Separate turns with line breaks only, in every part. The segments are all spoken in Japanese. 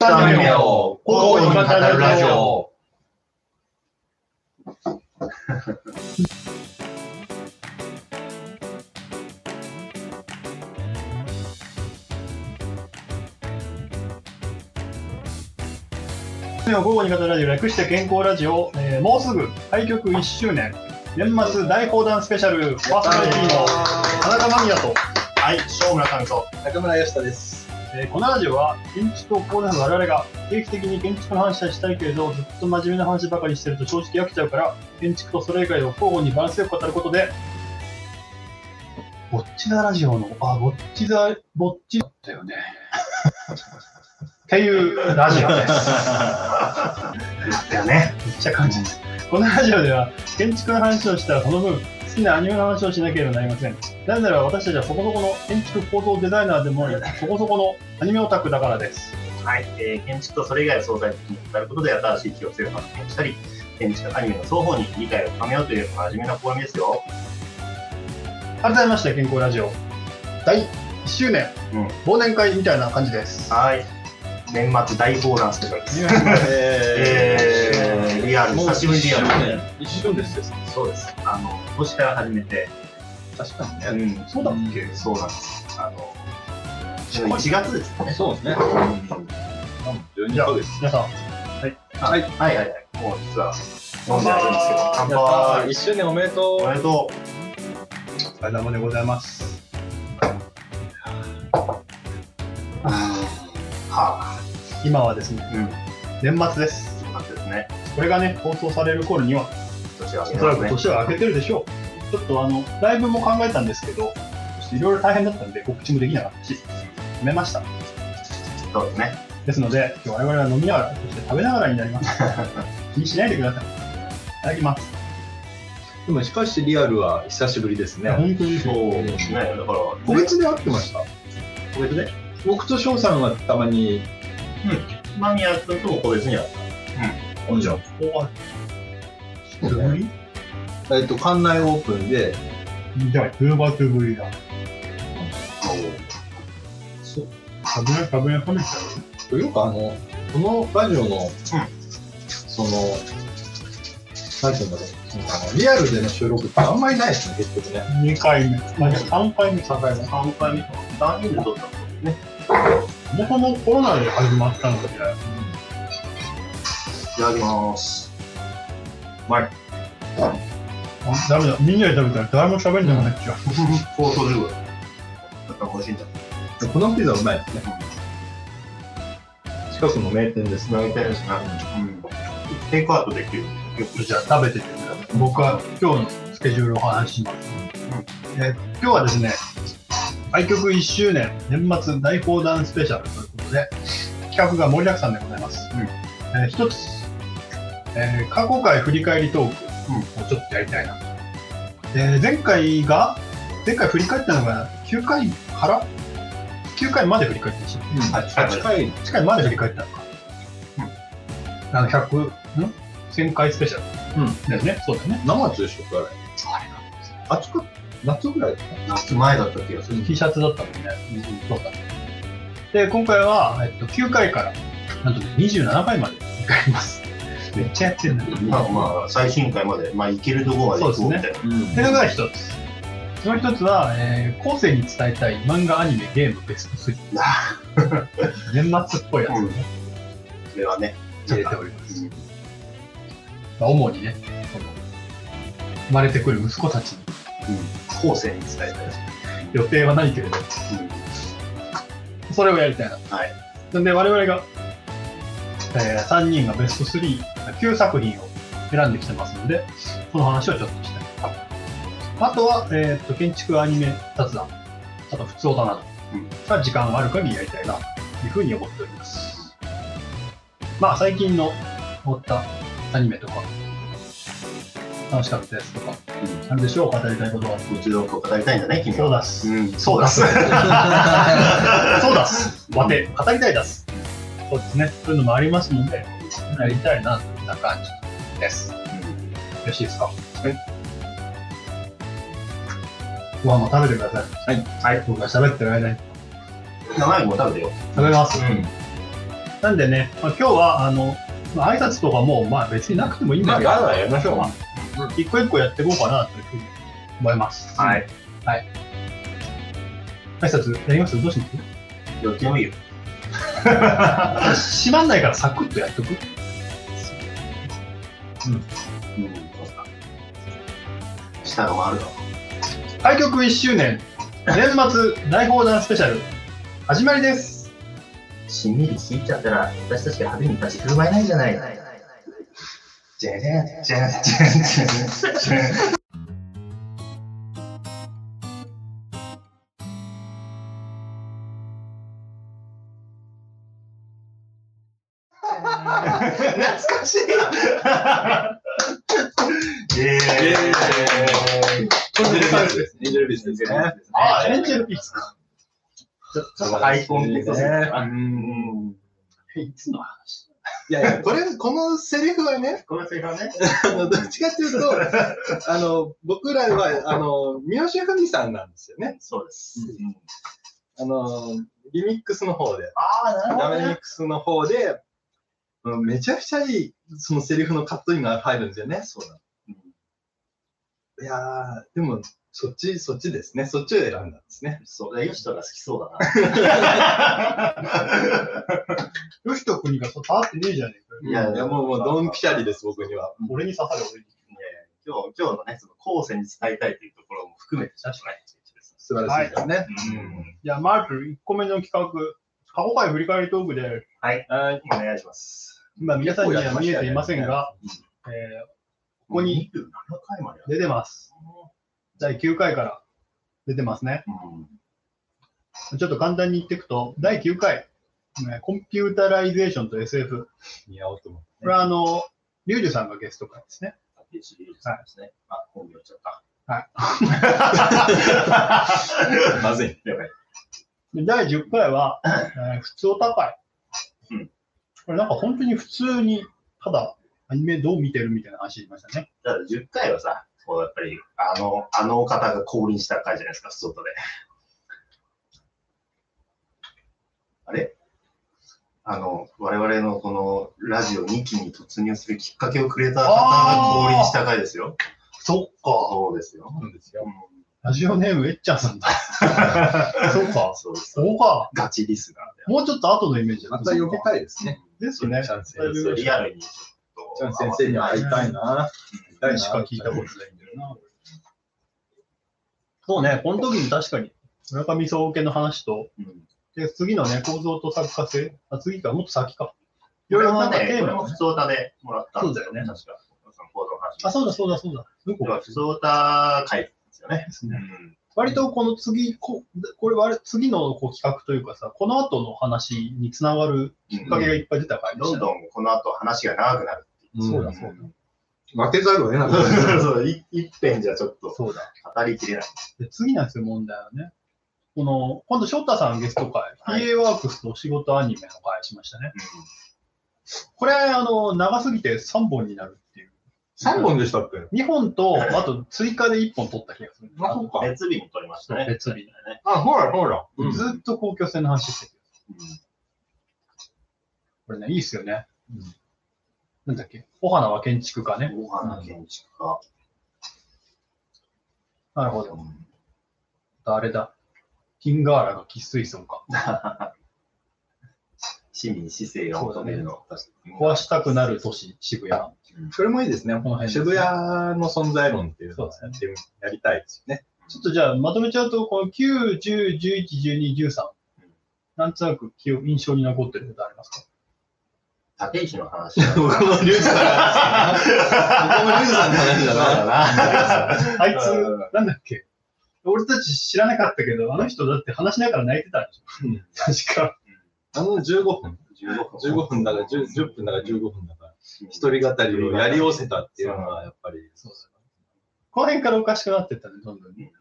ダメよ、午後に語るラジオ。
午後に語るラジオ略して健康ラジオ、えーもうすぐ開局1周年年末大講談スペシャルパーソナリティの田中間宮とはい正村神と、
中村よしです。
えーこのラジオは建築と講談の我々が定期的に建築の話はしたいけれどずっと真面目な話ばかりしてると正直飽きちゃうから建築とそれ以外を交互にバランスよく語ることでぼっちだラジオのあぼっちだぼっちだったよねっていうラジオですだよ ね。めっちゃ感じです。このラジオでは建築の話をしたらその分好きなアニメの話をしなければなりません。なぜなら私たちはそこそこの建築構造デザイナーでもあり、そこそこのアニメオタクだからです。
はい、えー建築とそれ以外を相対的に語ることで新しい気を強く発見したり、建築とアニメの双方に理解を深めようという真面目な試みですよ。
改めまして健康ラジオ第1周年、
うん
忘年会みたいな感じです。
はい。年末大放談スペシャルです。
え
えーリアル久しぶりリアル
ル。一瞬ですよ。
そうです。あの、今年から始めて、
確かにね。
ん、
そうだっけ、
そうなんです。あの、1月ですね。
そうですね。12
じゃあ
ヶ月。
皆さん、
はい。
はいはいはい。もう実は飲んであるんですけど、乾杯。
一周年おめでと
おめでと
お疲れ様でございます。
う。は
今はですね、
ぁ、うん。よ
年末です。
かったですね。
これがね、放送される頃には、
年は明
お
け
そ
ま
ら
す
く
ね。
年は明けてるでしょう。ちょっとあの、ライブも考えたんですけど、いろいろ大変だったんで、告知もできなかったし、決めました。
そうですね。
ですので、今日我々は飲みながら、そして食べながらになり ます。気にしないでください。いただきます。
う。でもしかしリアルは久しぶりですね。
当にそう。
そうですね。だから、
個別で会ってました。
個別で
僕と翔さんはたまに。
間宮君とも個別には
うん。じゃ
トゥーブリ
えっと館内オープンで。
じゃあ、トゥーバートゥーブリだ。食べない食べない食べない。
よくあの、このラジオの、その、なんていうんだろう、あのリアルでの収録ってあんまりないですね、結局ね。
2回目。まあ、3回目、3回目。
3回目と3人で撮ったんですね。
もともとコロナで始まったので、
いただきます。
ダメだ。みんなで食べたら誰も喋んなくなっちゃう。
こう撮るわ。だから美味しいんだ。
このピザうまいですね。近くの名店ですね。
大体ですね。うん。テイクアウトできる。よく
じゃあ食べててください。僕は今日のスケジュールをお話しします。えー今日はですね、開局1周年年末大講談スペシャルということで、企画が盛りだくさんでございます。
うん
えー一つ、えー過去回振り返りトークをちょっとやりたいなと。えー前回が、前回振り返ったのが9回から9回まで振り返ってました。
はい、8回、
8回まで振り返ったのか。あの、100、ん ?1000 回スペシャル
うん、
だよね。そうだよね。
何月でしょうか、あれ。暑かった、夏ぐらいですね。
夏前だった気がする。
T シャツだったもんね。そうだで、今回は、えっと、9回から、なんとね27回まで振り返ります。めっちゃやってるんだ。って
まあまあ、最新回まで、まあ、行けるとこまで行こうみたいな。
うん
いうのが一つ。その一つは、えー後世に伝えたい漫画、アニメ、ゲーム、ベスト3。年末っぽいやつをね、
それはね。
入れております。まあ、主にね、この生まれてくる息子たちに
後世に伝えたいです。
予定はないけれど、それをやりたいな。
はい。
なんで我々が、えー、3人がベスト3、9作品を選んできてますので、この話をちょっとしたい。あとは、えーっと、建築アニメ雑談、あと普通だなど
うん
が時間がある限りやりたいな、というふうに思っております。まあ、最近の終わったアニメとか、楽しかったやつとか、あるでしょう、語りたいことは。
日常と語りたいんだね、君
そうだ
は。だ。
っす。
うん。
そうだっす。そうだっす。待て、語りたいだっす。そうですね。そういうのもありますので、やりたいな、という感じです。よろしいですかはい。ご飯も食べてください。はい。はい。僕が喋ってる間に
長いも食べてよ。
食べます。
ん。
なんでね、まあ、今日は、あの、まあ、挨拶とかも、まあ別になくてもいいんだけど、
らやりまし
ょう一個一個やっていこうかなというふうに思います。
はい。
挨拶やりますどうします
どっちでもいいよ。
閉まんないからサクッとやっとく
うん、そうか。下が回るの。
開局1周年年末大放談スペシャル始まりです
しんみり聞いちゃったら、私たちが派手に立ち振る舞えないじゃない。じゃじゃんじゃんじゃんじゃんじゃん。懐かしいイエーイ
エンジェルビーズです。エンジェルビーズですね。
あエンジェルピースか
ちょちょっとアイコン的な
ね
うんうん
えいつの話
いやいや、これ、このセリフはね、
これは正解ね。
あの、どっちかっていうと、あの、僕らは、あの、三好文さんなんですよね。
そうです。
あの、リミックスの方で、
ああ、な
ダメミッ。クスの方で、うんめちゃくちゃいい、そのセリフのカットインが入るんですよね。そうだ。いやー、でも、そっち、そっちですね。そっちを選んだんですね。
そうだ、ヨシトが好きそうだ な。
よしと君がそう触ってねえじゃねえか
いや
うんいやもう、もう、ドンピシャリです、僕には。
俺に刺さる俺に
今日、今日のね、その後世に伝えたいというところも含めて、ちゃんとね、
素晴らしいですね。
うん。
じゃあまず1個目の企画過去回振り返りトークで
はい。
お願いします。
今皆さんには見えていませんが、えーここに
27回までやる
出てます第9回から出てますねちょっと簡単に言っていくと、第9回、ねコンピュータライゼーションと SF。
似合おうと思って
これはあの、リュウジュさんがゲスト会ですね。
竹内龍さんですね。あ、本名言っちゃった。
ね。まずい。
やばい。
で第10回は、 えー普通お高い。
うん
これなんか本当に普通に、ただアニメどう見てるみたいな話しましたね。
だから10回はさ、こうやっぱり、あの、あの方が降臨した回じゃないですか、外で。あれあの、我々のこのラジオ2期に突入するきっかけをくれた方が降臨した回ですよ。
そっか。
そうですよ。
そうなんですよ。
ラジオネームえっちゃんさ んだ。そうか。
そうです。
そうか。
ガチリスナーで。
もうちょっと後のイメージだ
また呼びたいですね。
ですね。
チャン先
だいぶ
生。
リアルにち
チ
ょ
ャ
っ
ン
と。
先生に会いたいな。会いたいな
しか聞いたことないんだよな。そうね、この時に確かに、村上総受けの話と、
うん
で、次のね、構造と作家性。あ、次か、もっと先か。い
こ
ろい
れ
ろな
も
んか
ね、
テ
こ
ー
れ
マ
も
を
普
ね。
通歌でもらったんです
そ
よね、
うだよね
確か。その行動の話。
あ、そうだ、そうだ、そうだ。そう
だから
か
普通歌会ですよね。
ですね。割とこの次、ここれはあれ次のこう企画というかさ、この後の話につながる
うん
きっかけがいっぱい出た回でし
ど
た
ん
ね。
どんこの後話が長く なる。
そうだ、そう
負けざるを得なか
そ
っ
うそう、い一遍じゃちょっ
だ。
と
そうだ。
語りきれない。
で、次のやつ問題はね、この、今度翔太さんゲスト会、
はい
PA ワークスとお仕事アニメの会しましたね。これ、あの、長すぎて3本になるっていう。
た。3本でしたっけ
2本と、あと追加で1本取った気がする。
あ、そっか。
別日に撮りましたね。
別日
ね。
あ、ほらほら。うん
ずっと公共性の話してる。
うん
これね、いいっすよね。
うん
なんだっけ、お花は建築家ね。
大花建築家。
なるほど。あれだ。キンガーラが喫水村か。
市民市政が求めるの。
壊したくなる都市、渋谷。
それもいいですね。
この辺ですね
渋谷の存在論っていうのを
そう
やってみやりたいですよ ね。
ちょっとじゃあ、まとめちゃうと、この9、10、11、12、13。なんとなく記憶、印象に残ってることありますか
立石の話。
僕もリュウジさんの話だな。僕もリュウジさんの話
そう
だ
だ
な。
な。
あい
うん
つ、なんだっけ俺たち知らなかったけど、あの人だって話しながら泣いてたんでし
うん
ょ確か。
あの15分、
15
15分だから 10, 10分だから15分だから、一人語りをやりおせたっていうのはやっぱり、
そうそうこの辺からおかしくなってったね、どんどんね。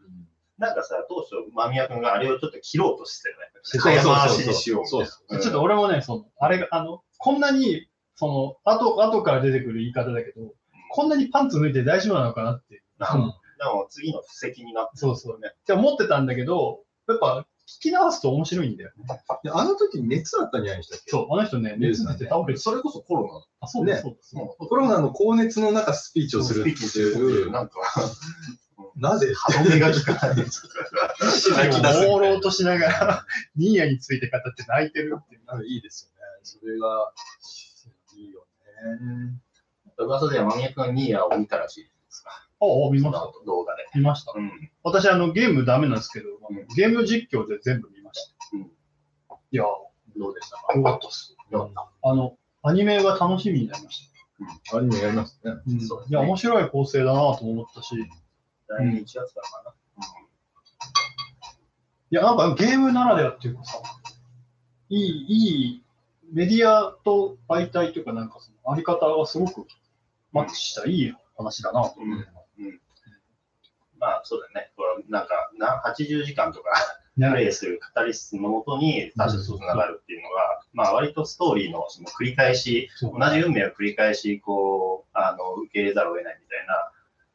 なんかさ、当初、間宮君があれをちょっと切ろうとしてるね。
そう
そうそう
早
そう
回しにしようみたいな。
そう
うん
ちょっと俺もね、その、あれが、あの、こんなに、その、後、後から出てくる言い方だけど、こんなにパンツ脱いで大丈夫なのかなっていう。
なるほどでも次の布石になって
そうそうね。って思ってたんだけど、やっぱ、聞き直すと面白いんだよね。
であの時熱あったんじゃないでしたっけ
そう、あの人ね、熱出て倒れて、
それこそコロ
あ、そうだ、
ね
そうだ、そうだ。
もう
ナ。コロナの高熱の中スピーチをするって
スピーチするって
い
いう
う、
なんか、
なぜ
歯止めが効かないです。泣き出すみたいな
朦朧としながら、ニーヤについて語って泣いてるっていう。
あいいですよね。それが、いいよね。
噂ではマニア君はニーヤを見たらしいですか。
ああ、見ま
その
した。
後動画で。
見ました。
うん。
私、あの、ゲームダメなんですけど、あの
うん
ゲーム実況で全部見ました。
うん
いや
どうでしたか
ー、よかったっす。
よかった。
あの、アニメが楽しみになりました。
アニメやりますね。
うん
そうです
い
ね
や、面白い構成だなとも思ったし、い
来年1月からかな。
や、なんかゲームならではっていうかさ、いい、いい、メディアと媒体というか、なんかその、あり方がすごくマッチしたいい話だなと思って。
まあ、そうだよね。これなんか、な80時間とか
ね
プレイするカタリスのもとに多種つながるっていうのが、まあ、割とストーリーのその繰り返し、
そう
同じ運命を繰り返し、こう、あの、受け入れざるを得ないみたいな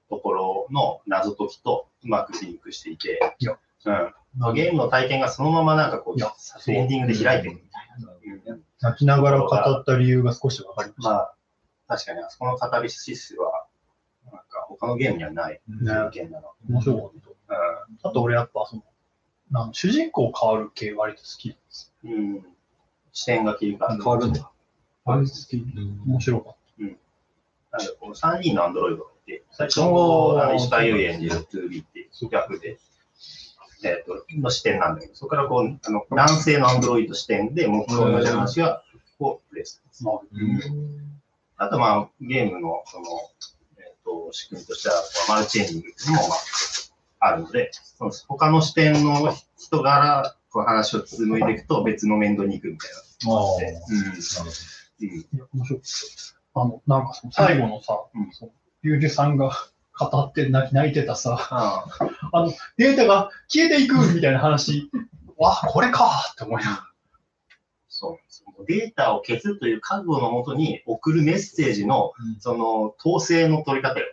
ところの謎解きとうまくリンクしていて、
いや
うんまあ、ゲームの体験がそのままなんかこ
いや
う、エンディングで開いてるみたいな。
泣きながら語った理由が少しわかりまし
まあ、確かにあそこのカタリシスは、なんか他のゲームにはない
ね
体験なの。
た。面白かった。あと俺やっぱその、なん主人公変わる系割と好きなんです。
うん。うん、視点が切り替わる
変わるんだ。
割と好き。面白かっ
なんかこの3人のアンドロイドって、最初
おー
のあの石川優也演じる 2B っていう役で、えっと、の視点なんだけど、そこからこう、あの男性のアンドロイド視点で、もう同じ話が、をプレイするんです
た。。まあ、
あと、まあ、ゲームの、その、えっと、仕組みとしては、マルチエンディングっていうのも、まあ、あるので、その他の視点の人から、こう話を紡いでいくと、別の面倒に行くみたいな。うん。うん。
いや面白かった。あの、なんかその最後のさ
うん、
そのゆうじさんが語って泣き泣いてたさ、
ああ
データが消えていくみたいな話、わ、これかって思いながら。
そうなんですよデータを消すという覚悟のもとに送るメッセージの、
うん
その統制の取り方よ。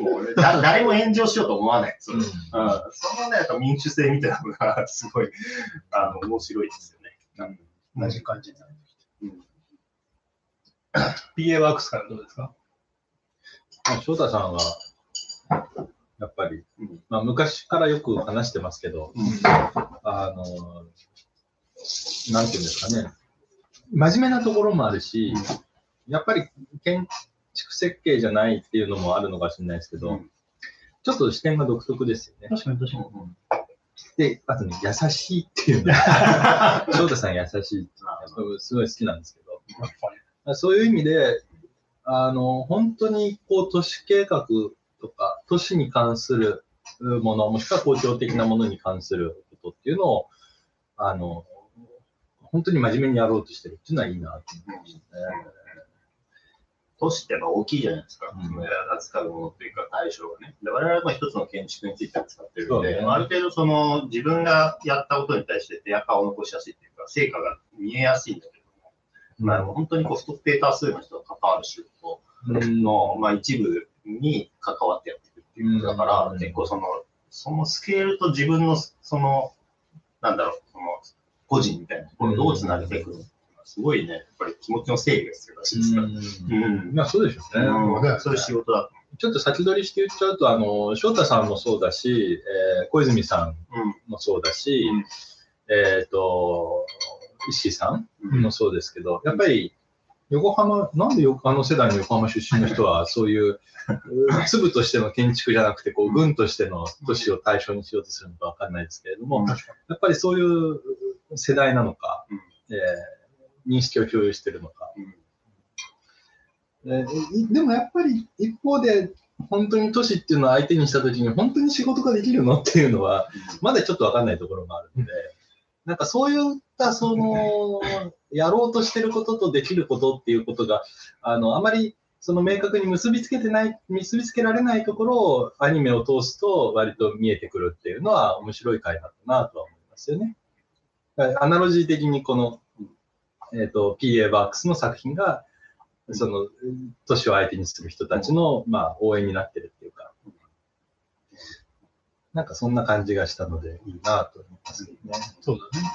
もうだ 誰も炎上しようと思わない。それうん、そのね、やっぱ民主性みたいなのがすごいあの面白いですよね。
同じ感じになる。
うん
PA ワークスからどうですか
まあ翔太さんは、やっぱり
うん、
まあ、昔からよく話してますけど、
うん
あの、なんていうんですかね、真面目なところもあるし、やっぱり建築設計じゃないっていうのもあるのかもしれないですけど、
うん
ちょっと視点が独特ですよね。
確かに確かに。
で、あとね、優しいって いうの。翔太さん優しいっていうのがすごい好きなんですけど、
やっぱり
そういう意味で、あの、本当にこう都市計画とか、都市に関するもの、もしくは公共的なものに関することっていうのを、あの、本当に真面目にやろうとしてるっていうのはいいなと思いましたね。
都市ってやっぱ大きいじゃないですか、
うん
その扱うものというか対象がね。で我々は一つの建築について扱ってるの
そ
で、
うね
まあある程度その自分がやったことに対して手垢を残しやすいというか、成果が見えやすいんだけども、まあ、本当にこう不特定多数の人が関わる仕事
うん
の、まあ、一部に関わってやってるっていうことだから、
うん
結構その、そのスケールと自分の、その、なんだろう、その個人みたいなところをどうつなげていくのかすごいね、やっぱり気持ちの整理が必要らしいですから。うん
まあそうでしょうね。
うん、そういう仕事だと。
ちょっと先取りして言っちゃうと、あの、翔太さんもそうだし、えー小泉さ
うん
んもそうだし、
うん
えっ、と、石井さ
うん
んもそうですけど、やっぱり横浜、なんでよあの世代の横浜出身の人は、そう いう、うん粒としての建築じゃなくて、こう、軍としての都市を対象にしようとするのかわかんないですけれども、
うん
やっぱりそういう世代なのか、
うん
えー認識を共有してるのか、
うん
えーいでもやっぱり一方で本当に都市っていうのを相手にした時に本当に仕事ができるのっていうのはまだちょっと分かんないところがあるのでなんかそういったそのやろうとしてることとできることっていうことがあのあまりその明確に結びつけてない結びつけられないところをアニメを通すと割と見えてくるっていうのは面白い回だったなとは思いますよね。だからアナロジー的にこの、えー、と PA ワークスの作品がその都市を相手にする人たちの、まあ、応援になってるっていうか、なんかそんな感じがしたので、いいなと思いますけどね。
そうだね。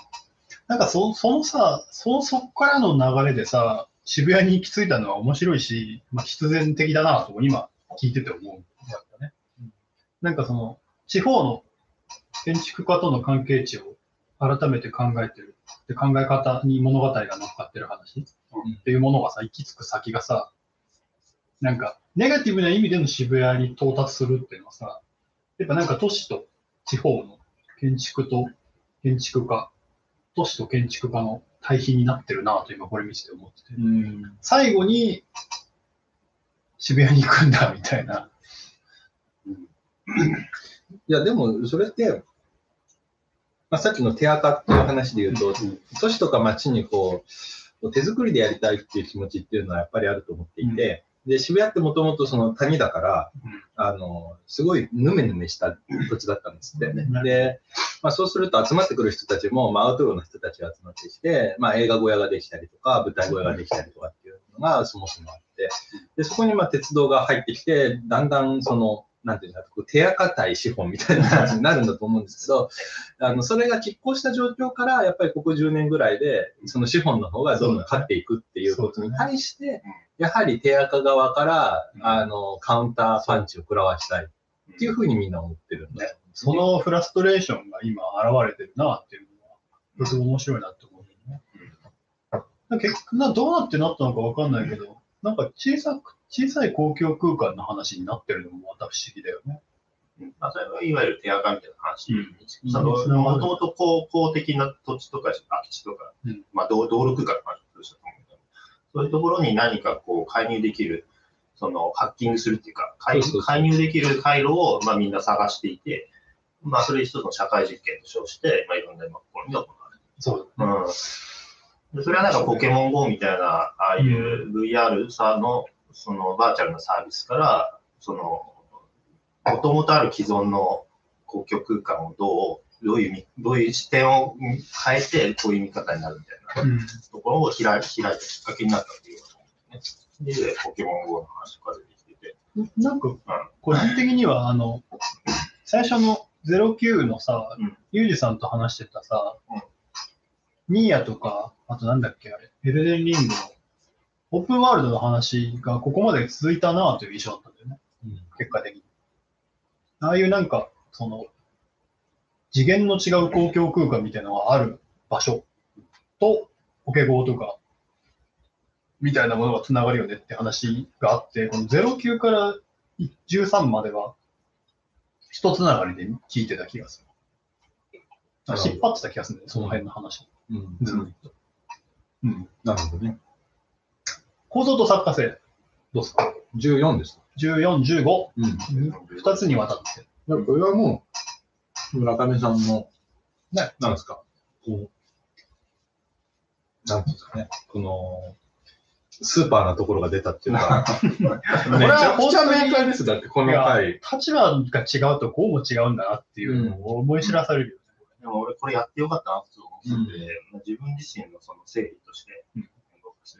なんかそ、そのさ、そ、そこからの流れでさ、渋谷に行き着いたのは面白いし、まあ、必然的だなとも今聞いてて思うんだったね。なんかその、地方の建築家との関係値を改めて考えてる。で、考え方に物語が乗っかってる話、
うん
っていうものがさ、行き着く先がさ、なんか、ネガティブな意味での渋谷に到達するっていうのはさ、やっぱなんか都市と地方の建築と建築家、都市と建築家の対比になってるなと今これ見てて思ってて、
うん。
最後に渋谷に行くんだみたいな。
いや、でも、それって、まあ、さっきの手垢っていう話で言うと、
うん
都市とか町にこう、手作りでやりたいっていう気持ちっていうのはやっぱりあると思っていて、で、渋谷ってもともとその谷だから、
うん
あの、すごいヌメヌメした土地だったんですって。
うん
で、まあ、そうすると集まってくる人たちも、まあ、アウトローの人たちが集まってきて、まあ、映画小屋ができたりとか、舞台小屋ができたりとかっていうのがそもそもあって、で、そこにまあ、鉄道が入ってきて、だんだんその、なんていうんだろう、こう手垢対資本みたいな感じになるんだと思うんですけど、あの、それが拮抗した状況から、やっぱりここ10年ぐらいで、その資本の方がどんどん勝っていくっていうことに対して、やはり手垢側から、あの、カウンターパンチを食らわしたいっていうふうにみんな思ってるんだよね
そのフラストレーションが今現れてるなっていうのは、とても面白いなって思うよね。なんか結局などうなってなったのかわかんないけど、なんか小さく、小さい公共空間の話になってるのもまた不思議だよね。
うんまあ、それはいわゆる手垢みたいな話。
うん
そ
うんそれはあ
のも
る
ともとこう公的な土地とか空き地とか、
うん
まあ道道路空間とかそうしたと思うけど、そういうところに何かこう介入できる、そのハッキングするっていうか、介
そうそうそう
介入できる回路をまあみんな探していて、まあそれ一つの社会実験と称して、まあいろんな今試みが行われている
そうだね。
うんでそれはなんかポケモン GO みたいな、ああいう VR さの、そのバーチャルなサービスから、その、もともとある既存の公共空間をどう、どういうみ、どういう視点を変えて、こういう見方になるみたいな
うん
ところを開い開いたきっかけになったっていうことですね。で、ポケモン GO の話とか出てきてて、
なんか、個人的には、あの、最初の09のさ
うん、
ユージさんと話してたさ
うん、
ニーヤとか、あとなんだっけ、あれ、エルデンリングのオープンワールドの話がここまで続いたなという印象だったんだよね。結果的に。ああいうなんか、その、次元の違う公共空間みたいなのがある場所と、ポケゴーとか、みたいなものがつながるよねって話があって、この09から13までは、一つながりで聞いてた気がする。引っ張ってた気がするね、その辺の話。
うん。うん
ずっと。うん。
なるほどね。
構造と作家性、どうですか
14です。
?14、15、
うん。
二つにわたって。
でもこれはもう、村上さんの、ね、なんですか、こう、なんていうんですかね、この、スーパーなところが出たっていうか、めちゃくちゃ明快です。だって、この回。
立場が違うとこうも違うんだなっていうのを思い知らされるよね。
でも俺これやってよかったなと思ってて、まあ自分自身のその整理として
うん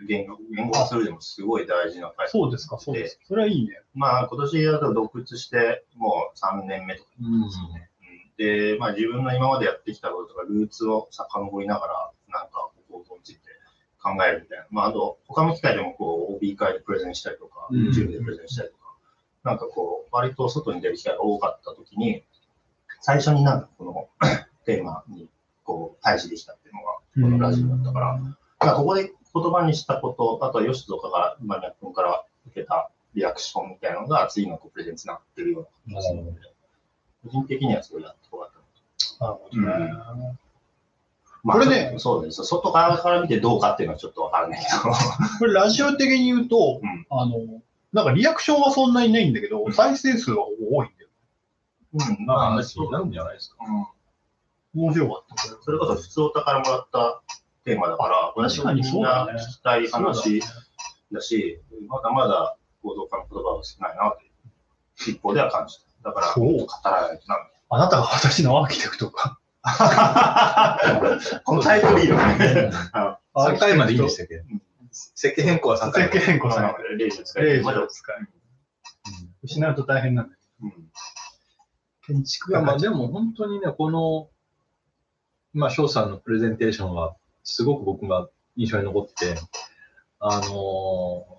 言語化する、言語言語化するでもすごい大事な回
そうですか、そうですか。それはいいね。
まあ今年だと独立してもう3年目とか
うん
ですね。うんで、まあ自分の今までやってきたこととかルーツを遡りながら、なんかここについて考えるみたいな。まああと他の機会でもこう OB 会でプレゼンしたりとか、
うん
YouTube でプレゼンしたりとか、なんかこう割と外に出る機会が多かった時に、最初になんかこの テーマにこう対峙できたっていうのがこのラジオだったから、まあ、ここで言葉にしたこと、あとは吉とかが今宮君から受けたリアクションみたいなのが次のこうプレゼンにつながってるような感じなので、個人的にはすごいやってこかった。
なるほどね。
まあ、
これね
ちょっとそうです。外側から見てどうかっていうのはちょっとわからないけど。
これラジオ的に言うと、
うん
あの、なんかリアクションはそんなにないんだけど、
うん
再生数は多いんだよ。
うん、
まあ、
まあ、
話
そう
になるんじゃないですか。
うん
面白かった。
それこそ普通お宝もらったテーマだから、
確かに
み
そ
ん
う
な
だね
聞きたい
そう
話
だね
だし、まだまだ行動家の言葉が少ないなという一方では感じた。だから、
そう
語らないと な
あなたが私のアーキテクトか。
このタイトルいいよ ね。あ
3回までいいんでし
よ。
たっけ設計変更は3回
設
ま
計
で。
変更さん。
の例です
レイジ
まだ
を使い。失うと大変なんだよ。
うん
建築
いや、
が
まあでも本当にね、この、まあ、翔さんのプレゼンテーションは、すごく僕が印象に残って、あのー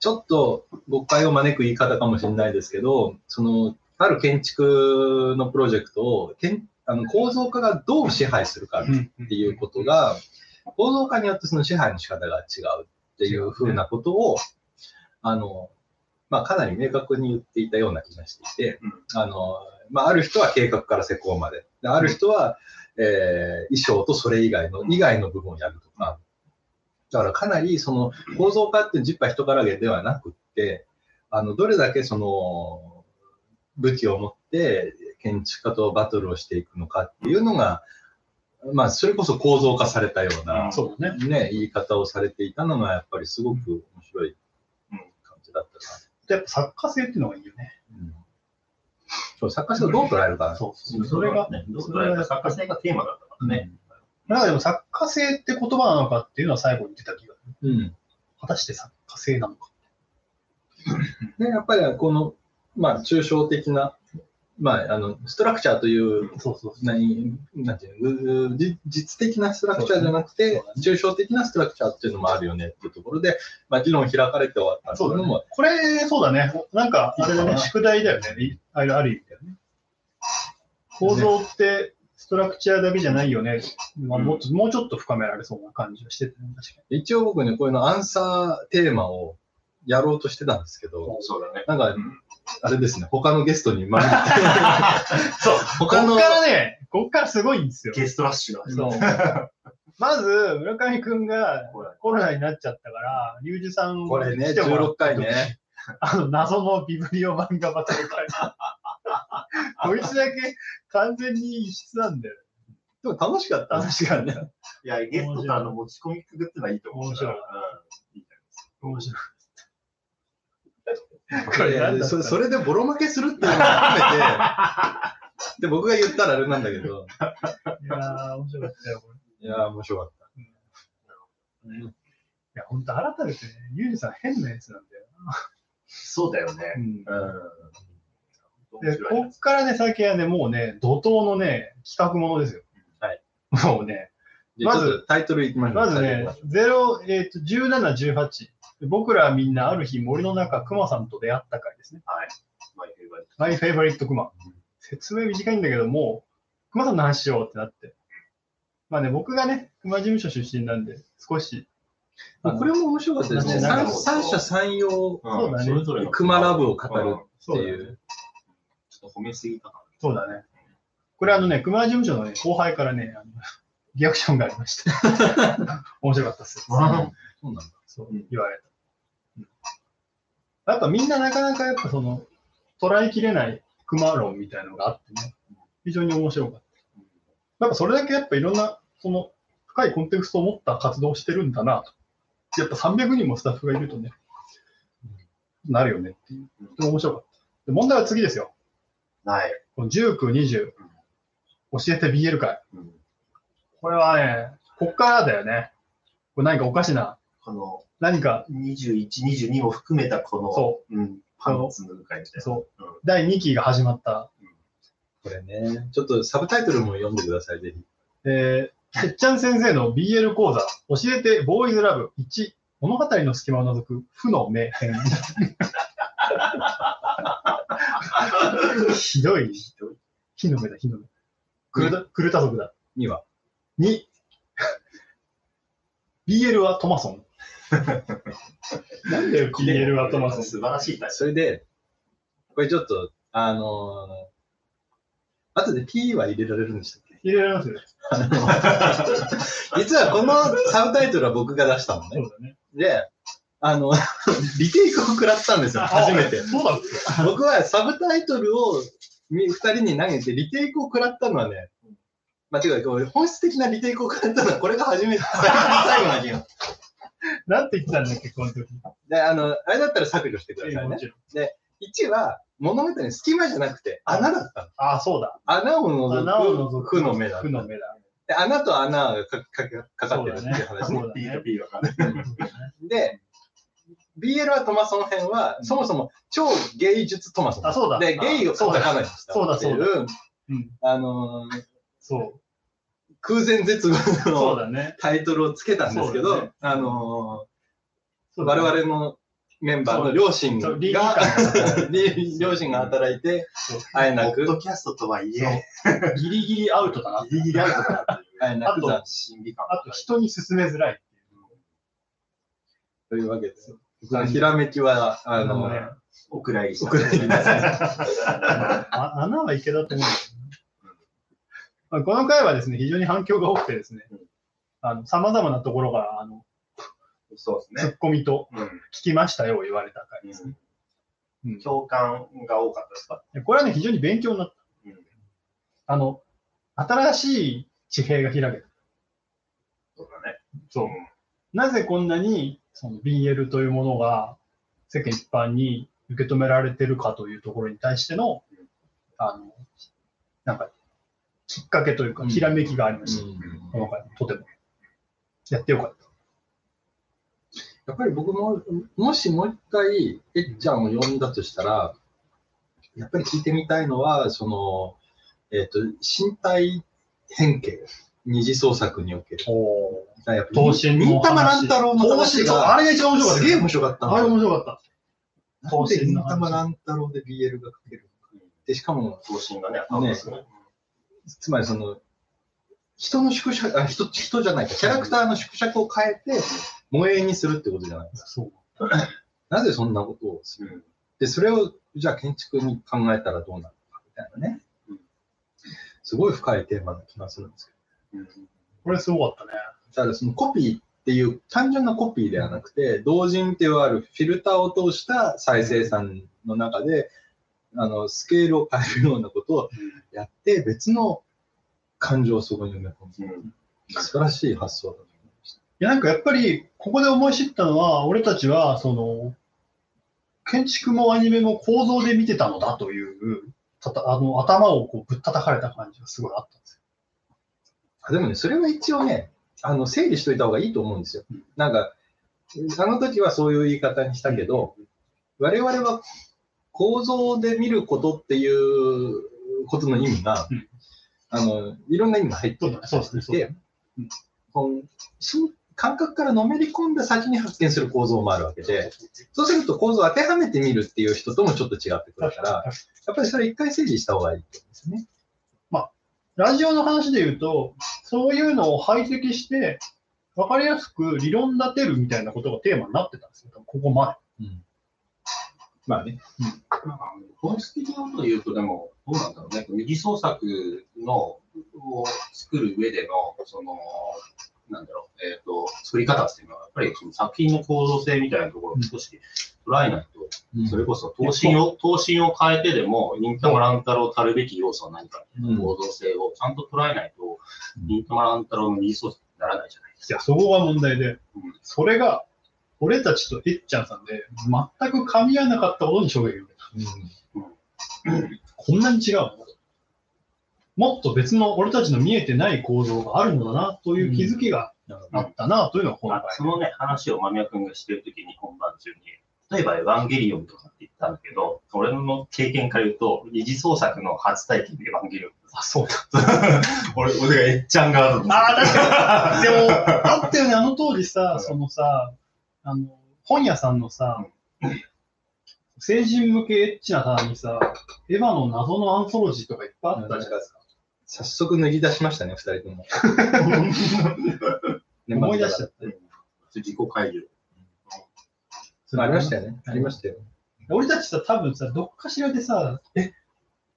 ちょっと誤解を招く言い方かもしれないですけど、その、ある建築のプロジェクトを、けんあの構造化がどう支配するかっ
うん
ていうことが、構造化によってその支配の仕方が違うっていうふうなことを、あの、まあ、かなり明確に言っていたような気がしていて、あの、まあ、ある人は計画から施工まで、である人は、えー衣装とそれ以外の、以外の部分をやるとか、だからかなりその構造化って10人からげではなくって、あの、どれだけその武器を持って建築家とバトルをしていくのかっていうのが、まあ、それこそ構造化されたような、
そうだね。
ね、言い方をされていたのが、やっぱりすごく面白い感じだったな。
やっぱ作家性っていうのがいいよね。
うんそう作家性をどう捉えるかな。
そう
うん
それが、
ね、どう
そ
捉
れ
え
が
た作家性がテーマだったからね。
なんかでも作家性って言葉なのかっていうのは最後に出た気が。
うん。
果たして作家性なのか。
で、やっぱりこの、まあ、抽象的な、まあ、あの、ストラクチャーという、
そうそう
何、なんていうの、じ実的なストラクチャーじゃなくて、抽象的なストラクチャーっていうのもあるよねっていうところで、まあ、議論開かれて終わった
そうだ
の
ね
も、
これ、そうだね。なんか、あれだね、宿題だよね。いあれある意味だよね。構造って、ストラクチャーだけじゃないよね。まあ、もうちょもうちょっと深められそうな感じはしてて、ね、確か
一応僕ね、こういうのアンサーテーマをやろうとしてたんですけど、
そうだね。
なんか、あれですね、他のゲストに招いて、
に。そう。
他
こ
の
っからね、こっからすごいんですよ。
ゲストラッシュが始まっ
そう
まず、村上くんが
たこれ
コロナになっちゃったから、リュウジさん
これね、
来てもらっ
16回ね。
あの、謎のビブリオ漫画バトル 会。こいつだけ完全に異質なんだよ。
でも楽しかったね。
楽しかった。
いや、ゲストからの持ち込みくぐってのはいいと思う。
面白い
うんいい
面白い。
これ
何だった
それそれでボロ負けするっていうのを 含めて、で、僕が言ったらあれなんだけ
い
ど、
やー、面白かったよ、これ。
いやー、面白かっ
いや、ほんと、改めてね、ユージさん変なやつなんだよ
そうだよね。
な。
うん。
で、こっからね、最近はね、もうね、怒涛のね、企画ものですよ。
はい。
もうね、
た。
ま
ま
ず
ず、タイトルいきましょう。
まず
タイトルいき
ね
ましょ、
0、えっ、と、17、18。僕らみんなある日森の中、熊さんと出会った回ですね。
マイフェイバリット
マイフェイバリットクマ。説明短いんだけど、もう、クマさんの話しようってなって。まあね、僕がね、クマ事務所出身なんで、少し、
うこれも面白かったですね。
なんか
三三者三様
うん
そうだね
それぞれの
クマラブを語る
うん
っていう。
ちょっと褒めすぎたか
そうだね。これあのね、熊事務所の、ね、後輩からね、あの リアクションがありま した。面白かったっす。
な。
そうなんだ。
そう
うん
言われた。やっぱみんななかなかやっぱその、捉えきれない熊論みたいのがあってね、非常に面白かった。やっぱそれだけやっぱいろんな、その、深いコンテクストを持った活動をしてるんだなと。やっぱ300人もスタッフがいるとね、なるよねっていう。とても面白かった。で問題は次ですよ。
ない。
この19、20、教えて BL 会。
うん
これはね、こっからだよね。これ何かおかしな、
この
何か、
21、22も含めたこの、。
そう
ん、パンツ脱ぐ会みたいな。
そう
うん、
第2期が始まった。
これね、ちょっとサブタイトルも読んでください、ぜひ。
えー、てっちゃん先生の BL 講座、教えてボーイズラブ1、物語の隙間を除く負の 名編。ひどい。ひどい。火の目だ、火の目。クルタ、クルタ族だ。
には。
2、BL はトマソン。なん だよ、BL はトマソン。
素晴らしいタイ
それで、これちょっと、あのー、後で P は入れられるんでしたっけ
入れられますよね。
実はこのサブタイトルは僕が出したの
そ
ね。
うだね。
で、あの、 リテイクを食らったんですよ、初めて。
そうなんですか。
僕はサブタイトルをみ二人に投げてリテイクを食らったのはね、まあ、ていうか、本質的なリテイクを食らったのはこれが初めて、最後の日よ。
なんて言ってたんだっけ、この時。
で、あの、あれだったら削除してください
も
ね。
ちろん
1は、物語に隙間じゃなくて穴だったの。
あ、そうだ。
穴を除く。
穴を除く
負の目だった
負。の目だ。
で穴と穴がかかかかかってるっていう
そうだね
話ね。
トル。ピーとピーがかかる。
そうだね
で、 BL はトマソン編は、そもそも超芸術トマソン。
あ、そうだ。
で、ゲイを
そう
叩
だ。
かないしたっていう、
そう
うんあのー
そう。
空前絶後
そう
の
だね。
タイトルをつけたんですけ
そ
ど、
うだね
あのー
そうだ
我
ね
々のメンバーの両親
そう
が、
倫理観が
両親が働いて
そう、
あえ
ポ
な
ッ
く、
ドキャストとはいえ、
ギリギリアウトだな。
ギリギリあるとかなっていう
あえなく
あ
だ
審美感。
あと人に勧めづらい。
というわけですよ。そのひらめきは、あ
あ
の
ね
ー、
お蔵入りした。
お蔵入りなさい
あ穴は池だと思うんだよねまあこの回はですね、非常に反響が多くてですね
うん、
あの、様々なところから、あの、
そうです
ツ
ね。
ッコミと
うん
聞きましたよ、言われた回ですね。うん
共感が多かったですか
でこれはね、非常に勉強になった。
うん
あの、新しい地平が開けた。
そうだね。
そう。なぜこんなに、その BL というものが世間一般に受け止められてるかというところに対しての
うん、
あの、なんか、きっかけというか、
うん
ひらめきがありました。
うん
この回、とても。やってよかった。
やっぱり僕も、もしもう一回、えっちゃんを呼んだとしたら、やっぱり聞いてみたいのは、その、えっ、と、身体変形、二次創作における。
お
やっぱり
等身の話
忍たま乱太郎の
投資
話
が、
が、
あれが一番面白かった。
すげえ面白かったん
あ
だ
れ
よ
面白かっ
なんで忍たま
投資の話
乱太郎で BL が書けるのか。で、しかも、
方針がね、あったんですね。
つまりその、人の縮尺、あ人、人じゃないか、キャラクターの縮尺を変えて、萌えにするってことじゃない
た。そう。
なぜそんなことをする
うん
で、それを、じゃあ建築に考えたらどうなるのかみたいなね
うん。
すごい深いテーマな気がするんですけ
うん
これすごかったね。
ど。ただそのコピーっていう、単純なコピーではなくて、同人っていうあるフィルターを通した再生産の中で、あの、スケールを変えるようなことをやって、別の感情をそこに埋め込
う
む。
ん
素晴らしい発想だと思いました。
いや、なんかやっぱり、ここで思い知ったのは、俺たちは、その、建築もアニメも構造で見てたのだという、たたあの頭をこうぶったたかれた感じがすごいあったんです
あでもね、それは一応ね、あの整理しといた方がいいと思うんですよ。なんか、あの時はそういう言い方にしたけど、我々は構造で見ることっていうことの意味が、
うん
あのいろんな意味が入って
よ。そうですね、
い
そうで
て
すね。
このし感覚からのめり込んだ先に発見する構造もあるわけで、そうすると構造を当てはめてみるっていう人ともちょっと違ってくるから、やっぱりそれ一回整理した方がいいと思うんですよね。
ラジオの話で言うと、そういうのを排斥して、わかりやすく理論立てるみたいなことがテーマになってたんですよ、ここま
まあね。
本質的なことを言うと、でも、どうなんだろうね、二次創作のを作る上での、その、なんだろう、えっ、と、作り方っていうのは、やっぱりその作品の構造性みたいなところを少し捉えないと、それこそ、等身を、等身を変えてでも、忍たま乱太郎たるべき要素は何か、
うん
構造性をちゃんと捉えないと
う、ん
忍たま乱太郎の二次創作にならないじゃないです
で。いや、そこが問題で
うん、
それが、俺たちとえっちゃんさんで、全く噛み合わなかったことに衝撃を受けた。
うん
こんなに違うのもっと別の俺たちの見えてない構造があるのだなという気づきがあったなというのがこの
か。そのね、話を間宮君がしてるときに、本番中に、例えばエヴァンゲリオンとかって言ったんだけど、俺の経験から言うと、二次創作の初体験でエヴァンゲリオン。
あ、そうだ。
俺、俺がエッチャンガードだ
ああ、確か に。でも、あったよね、あの当時さ、そのさ、あの、本屋さんのさ、成人向けエッチなさにさ、エヴァの謎のアンソロジーとかいっぱいあったじゃないですか。
早速脱ぎ出しましたね、二人とも。ね
思い出しちゃっ
うん自己解除。
た。
まあありました
よ。
よね。ありましたよ。
俺たちさ、多分さ、どっかしらでさ、え、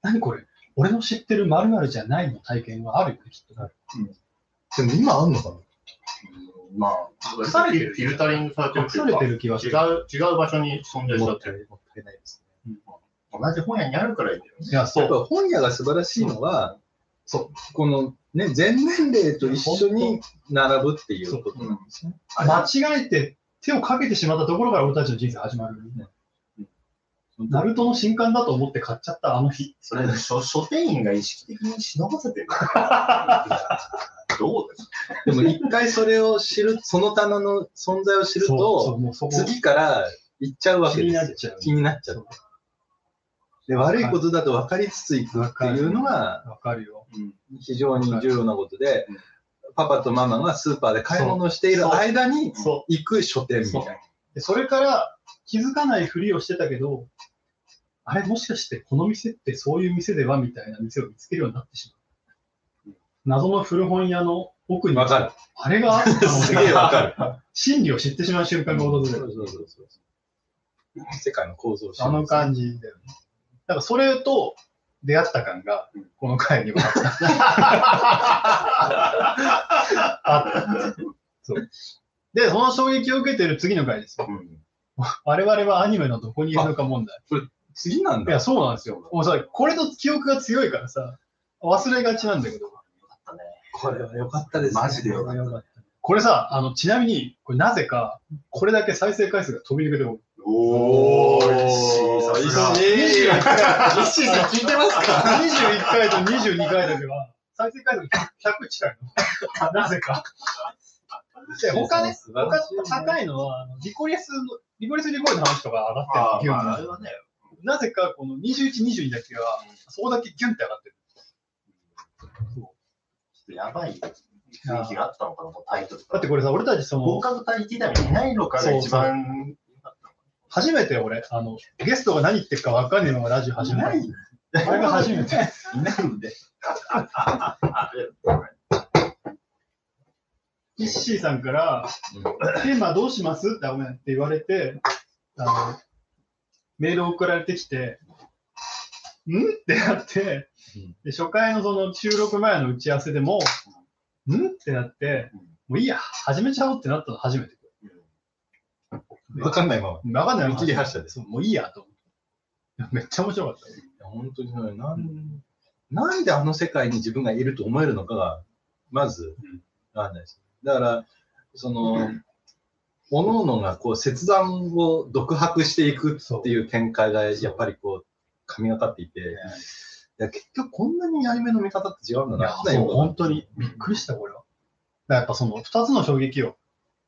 何これ俺の知ってる〇〇じゃないの体験はあるよね、きっと。
でも今あんのか
う
な
んまあ、
隠されてる
フィルタリングされてる
隠
ってい
さ
う
れ
か
てる気がす
違
る。
う、違う場所に存在しち
も
ゃ
っ
って
たい
る。
もったいないですね。
同じ本屋にあるからいいんだよね。
いや、
や
そ
っ
う。
ぱ本屋が素晴らしいのは、
そ
このね、全年齢と一緒に並ぶっていうことなんですね。
間違えて手をかけてしまったところから俺たちの人生始まる。ナルトの新刊だと思って買っちゃったあの日。
そ れ書、書店員が意識的に忍ばせ てる。どうですか
でも一回それを知る、その棚の存在を知る
そうそ
と、
うもうそこ
次から行っちゃうわけですよ。
気になっちゃう
気になっちゃう。で、悪いことだと分かりつつ行くっていうのが
わかるよ。
うん
非常に重要なことで
うん、
パパとママがスーパーで買い物をしている間に
そ
行く書店みたいな。
う。でそれから気づかないふりをしてたけど、あれもしかしてこの店ってそういう店ではみたいな店を見つけるようになってしまう。謎の古本屋の奥に、
わかる。
あれがあったの
すげえわか
真理を知ってしまう瞬間が訪れ
そ
る。
うそうそうそう世界の構造を知る
あの感じだよね。だからそれと出会った感が
うん、
この回にはあった。あった。そう。で、その衝撃を受けてる次の回ですよ。
うん
我々はアニメのどこにいるのか問題。
次なん
い
だ。
や、そうなんですよ。もうさ、これの記憶が強いからさ、忘れがちなんだけど。
あったね。
これは良かったですね。
マジでよかった。
これさ、あの、ちなみに、これなぜか、これだけ再生回数が飛び抜けて多い。
おー、
おー
石井さすが。
石井石井さん聞いてますか
21回と22回だけは、再生回数が100近いの。なぜか。で、他ね、
素晴
他
らしいね
高いのは、あのリコリスの、リコリスリコリスの話とか上が
あ
ってる
ーまあ、あ
ギュ
れ
ン
はね、
となぜか、この21、22だけは、そこだけギュンって上がってる。
ちょっとやばい雰囲気があったのかな、もうタイトル
だってこれさ、俺たちその
合、格隊って言ったらいないのかが一番、
初めて俺、あの、ゲストが何言ってるか分かんねえのがラジオ始めた。
い
これが初めて。
いないんで。あれ
イッシーさんから、テーマどうしますってごめんって言われて、あの、メール送られてきて、んってなって
うん、
で初回のその収録前の打ち合わせでも、んってなって
うん、
もういいや、始めちゃおうってなったの初めて。
わかんないまま。
分かんない
見切り発車です
そうもういいやと思って。めっちゃ面白かった。
本当にねなん、なんであの世界に自分がいると思えるのかが、まず
うん、
わかんないです。だから、その、各々がこう切断を独白していくっていう展開がやっぱりこう神がかっていて、いや結局こんなにアニメの見方って違うんだ
いや
な。
そう本当にびっくりした、これは。だからやっぱその2つの衝撃を、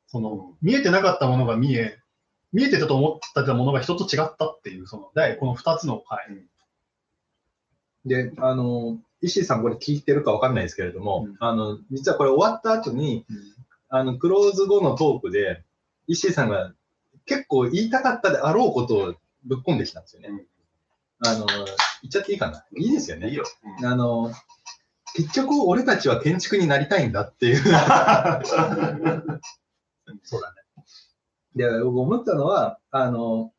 その見えてなかったものが見え、見えてたと思ってたものが人と違ったっていう、その、第この2つの回。
で、あの、石井さんこれ聞いてるかわかんないですけれども、
うん
あの、実はこれ終わった後に、あの、クローズ後のトークで、石井さんが結構言いたかったであろうことをぶっ込んできたんですよね。あの、言っちゃっていいかないいですよ
いい
ね。
よ。
あの、結局俺たちは建築になりたいんだっていう。
そうだね。
で、僕思ったのは、あの、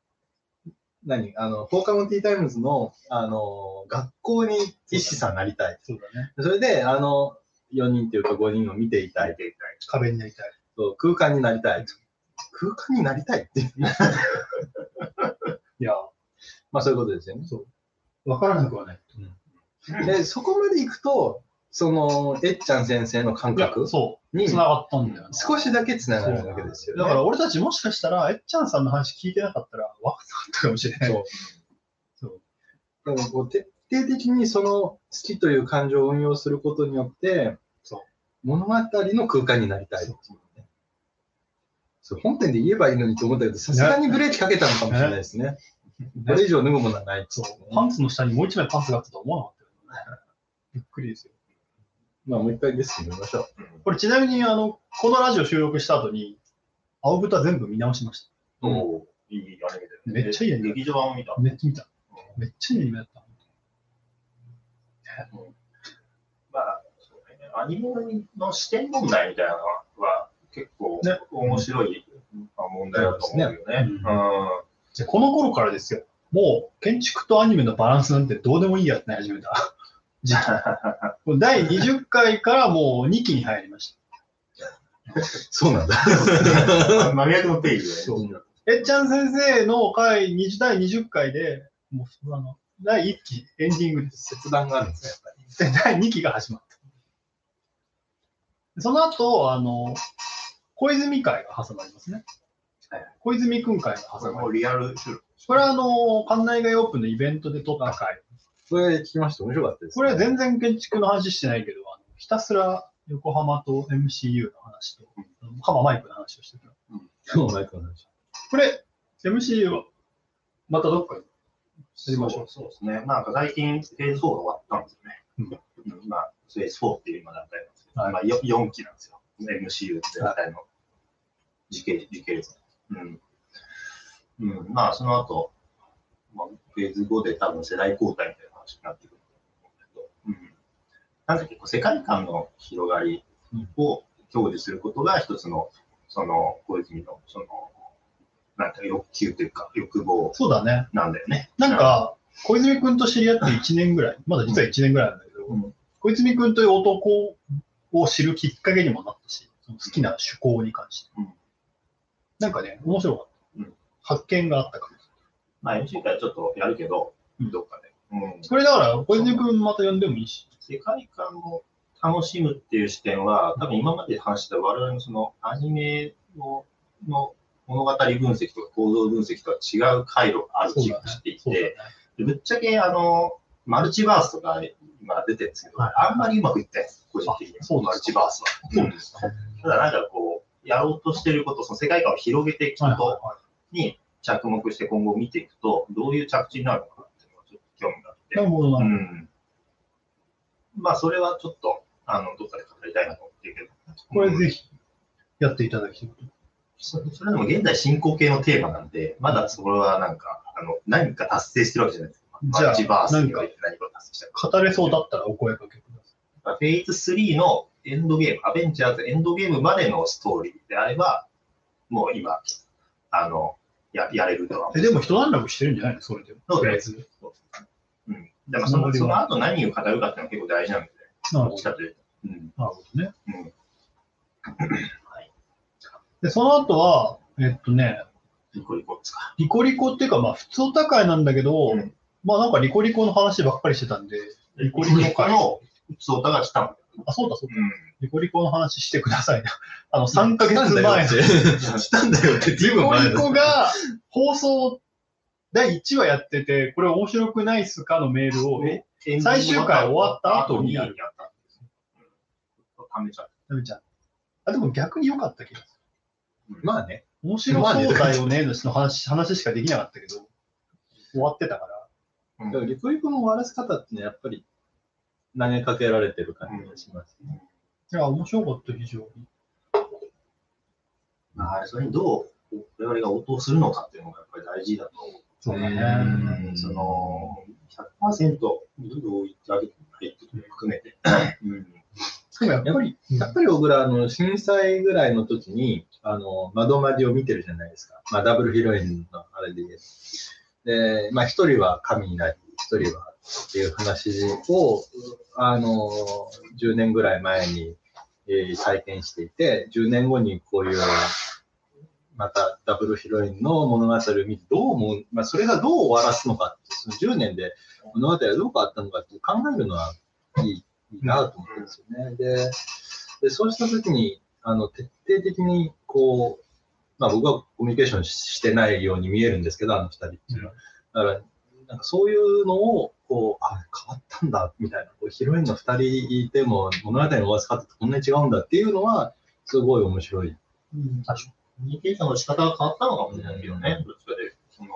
何あの、放課後ティータイムズの、あの、学校に石井さんなりたい。
そうだね。
それで、あの、4人というか5人を見ていたい。
壁になりたい。
そう空間になりたいと。空間になりたい っていう。
いや、
まあそういうことですよね。
わからなくはない。
で、そこまで行くと、その、えっちゃん先生の感
いや
覚
そう。
に
繋がったんだよね。
少しだけ繋がるわけですよ、ね。
だから俺たちもしかしたら、えっちゃんさんの話聞いてなかったら、わかんなかったかもしれ ない。
そうだからこう徹底的にその好きという感情を運用することによって、
そう
物語の空間になりたいっていうね。そう本編で言えばいいのにと思ったけど、さすがにブレーキかけたのかもしれないですね。これ以上脱ぐものはない
そう
ですね
パンツの下にもう一枚パンツがあったと思わなかったよね。びっくりですよ。
まあもう一回ゲストに見ましょ
これちなみに、あの、このラジオ収録した後に、青豚全部見直しまし
う。うん
おいいアニメだよね。
めっちゃいいアニメ
劇場版を見た
た。。めっちゃ見た。めっちゃいいアニメだった。
まあ、そうだねアニメの視点問題みたいなのは結構
ね
面白いまあ問題だと思うよね。
うん
うん
でこの頃からですよ。もう、建築とアニメのバランスなんてどうでもいいやってなり始め た。じゃあ、この第20回からもう2期に入りまし
そうなんだ。
真逆のページで。
そうた。えっちゃん先生の回、20第20回で、もう、あの、第1期エンディングです。
切断があるんですね、やっぱり。
で、第2期が始まった。その後、あの、小泉会が挟まりますね
はい。
小泉くん会が
こ
挟
れ
まりま
も
す。
うリアル収録。
これはあの、館内外オープンのイベントで撮った回。
それ聞きました。面白かったです、
これは全然建築の話してないけど、あのひたすら横浜と MCU の話と、浜マイクの話をしてた。
そう、マイクの話
これ、 MC は、またどっかに
そうそうですね。なんか最近、フェーズ4が終わったんですよね。うん、今、フェーズ4っていう今段階なんですけど、
はい
まあ、よ4期なんですよ。MCU 全体の時系時系列。うん。うん、まあ、その後、まあ、フェーズ5で多分世代交代みたいな話になってくると思うんだけど、うん。なんか結構世界観の広がりを享受することが一つの、その、小泉の、その、なんか欲求というか、欲望
そうだね。
なんだよね。
なんか、小泉君と知り合って1年ぐらい、まだ実は1年ぐらいなんだけど、
うん
小泉君という男を知るきっかけにもなったし、その好きな趣向に関して。
うん
なんかね、面白かった。
うん
発見があったから。
まあ MC からちょっとやるけど、
うん
どっかで。うん
これだから、小泉君また呼んでもいいし、
世界観を楽しむっていう視点は、多分今まで話した我々のそのアニメのの物語分析とか構造分析とは違う回路がある気がしていて、
そうだね。
でぶっちゃけあの、マルチバースとか今出てるんですけど、
はい
あんまりうまくいってないです、個人的には。
あそうですか
マルチバースは。ただなんかこう、やろうとしてること、その世界観を広げていく
はいはい
ことに着目して今後見ていくと、どういう着地になるのかなっていうのがちょっと興味があって
な。るほどな。
うんまあ、それはちょっと、あの、どっかで語りたいなと思ってるけど。
これ
うん
ぜひやっていただきたい。
そそれでも現在進行形のテーマなんで、まだそれはなんか、あの、何か達成してるわけじゃないですか。
じゃあ
マルチバースにおいて何かを達成したか。
語れそうだったらお声かけくだ
フェイズ3のエンドゲーム、アベンジャーズエンドゲームまでのストーリーであれば、もう今、あの、ややれるとは思
さい。え、でも一段落してるんじゃないのそれでも。
そう
とりあ
で
えず。
う。うん。だからそのその後何を語るかっていうのは結構大事なんで、
なる
ど
ほ
っち
ど
かというと。うん。
なるほどね。
うん。
で、その後は、えっとね、
リコリコですか。
リコリコっていうか、まあ、普通お高いなんだけど、
うん
まあ、なんかリコリコの話ばっかりしてたんで、
リコ
コ
リ
リ
コ
コ
か
か
のソータが来たんだよ。
あ、そうだ、そうだ、
うん。
リコリコの話してくださいな。あの、3ヶ月前の、
したんだよって、随
リ
分
コ
前
リ
だ。
コが放送第1話やってて、これ面白くないっすかのメールを、え、最終回終わった後に
やったんですよ。うんためちゃった。
ダメちゃん。あ、でも逆に良かった気がする。
まあね。
面白そうだよねのの話話しかできなかったけど、終わってたから。
でもリコリコの終わらせ方ってね、やっぱり投げかけられてる感じがしますね。
いや、面白かった、非常に。
まあ、それにどう我々が応答するのかっていうのがやっぱり大事だと思う。
そうだ
うん
ね。
その、100%どう言ってあげてもらいっていうのも含めて。うん。
でもやっぱり、
やっぱり小倉、あの、震災ぐらいの時に、あの、窓マデを見てるじゃないですか。まあ、ダブルヒロインのあれで。で、まあ、一人は神になり、一人はっていう話を、あの、10年ぐらい前に、えー体験していて、10年後にこういう、またダブルヒロインの物語を見て、どう思う、まあ、それがどう終わらすのかって、その10年で物語がどう変わったのかって考えるのはいいいいなと思うんですよね。で、でそうしたときに、あの、徹底的に、こう、まあ僕はコミュニケーションししてないように見えるんですけど、あの二人っていうのは。だから、なんかそういうのを、こう、あ、変わったんだ、みたいな。こうヒロインの二人いても、物語の終わらせ方ってこんなに違うんだっていうのは、すごい面白い。
コミュニケーションの仕方が変わったのかもしれないけどね、どっちかで、その、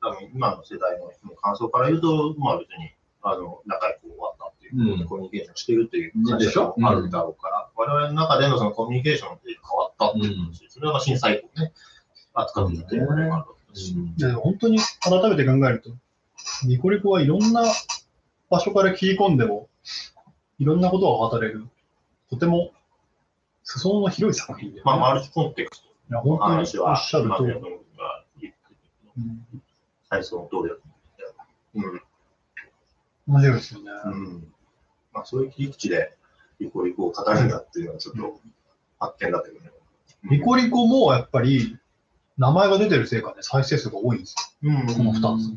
多分今の世代の人の感想から言うと、まあ別に、あの、仲良く終わったっていう、
うん
コミュニケーションしてるっていう感じもあるだろうから、我々の中でのそのコミュニケーションって変わったっていう話、それが震災以降ね、扱ってたということもあると思うし、
いや本当に改めて考えると、ニコリコはいろんな場所から切り込んでも、いろんなことが語れる、とても裾野の広い作品で、
まあマルチコンテクスト
いや本
の
当に
話
お
は、
っしゃる
まあ
通り。
宮野君が言ってるけど
うん
最初の通りだと思うんだよ。
面白いですよね。
うん。うん。まあそういう切り口で、リコリコを語るんだっていうのはちょっと発見だったけどね。
ニコリコもやっぱり、名前が出てるせいかね、再生数が多いんです
うん
よ。この2つ。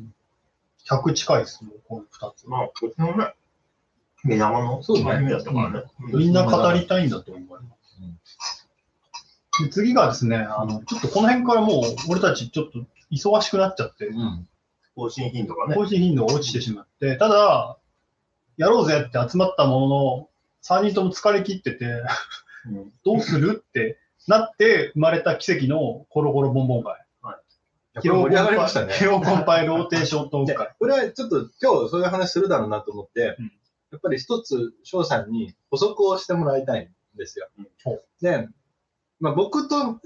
100近いですもん、この2つ。
まあ、こっちのね、目玉の
そうね
アニメだったからね。
みんな語りたいんだと思います。で次がですね、あの、ちょっとこの辺からもう、俺たちちょっと忙しくなっちゃって、
うん。
更新頻度がね。
更新頻度が落ちてしまって、ただ、やろうぜって集まったものの、3人とも疲れ切ってて、 どうするってなって生まれた奇跡のコロコロボンボン会。
はい
やこれ盛り上がりまし たね。
疲労困憊ローテーショントー
で
ク会。
これはちょっと今日そういう話するだろうなと思って、
うん
やっぱり一つ翔さんに補足をしてもらいたいんですよ。
うん
で、まあ、僕と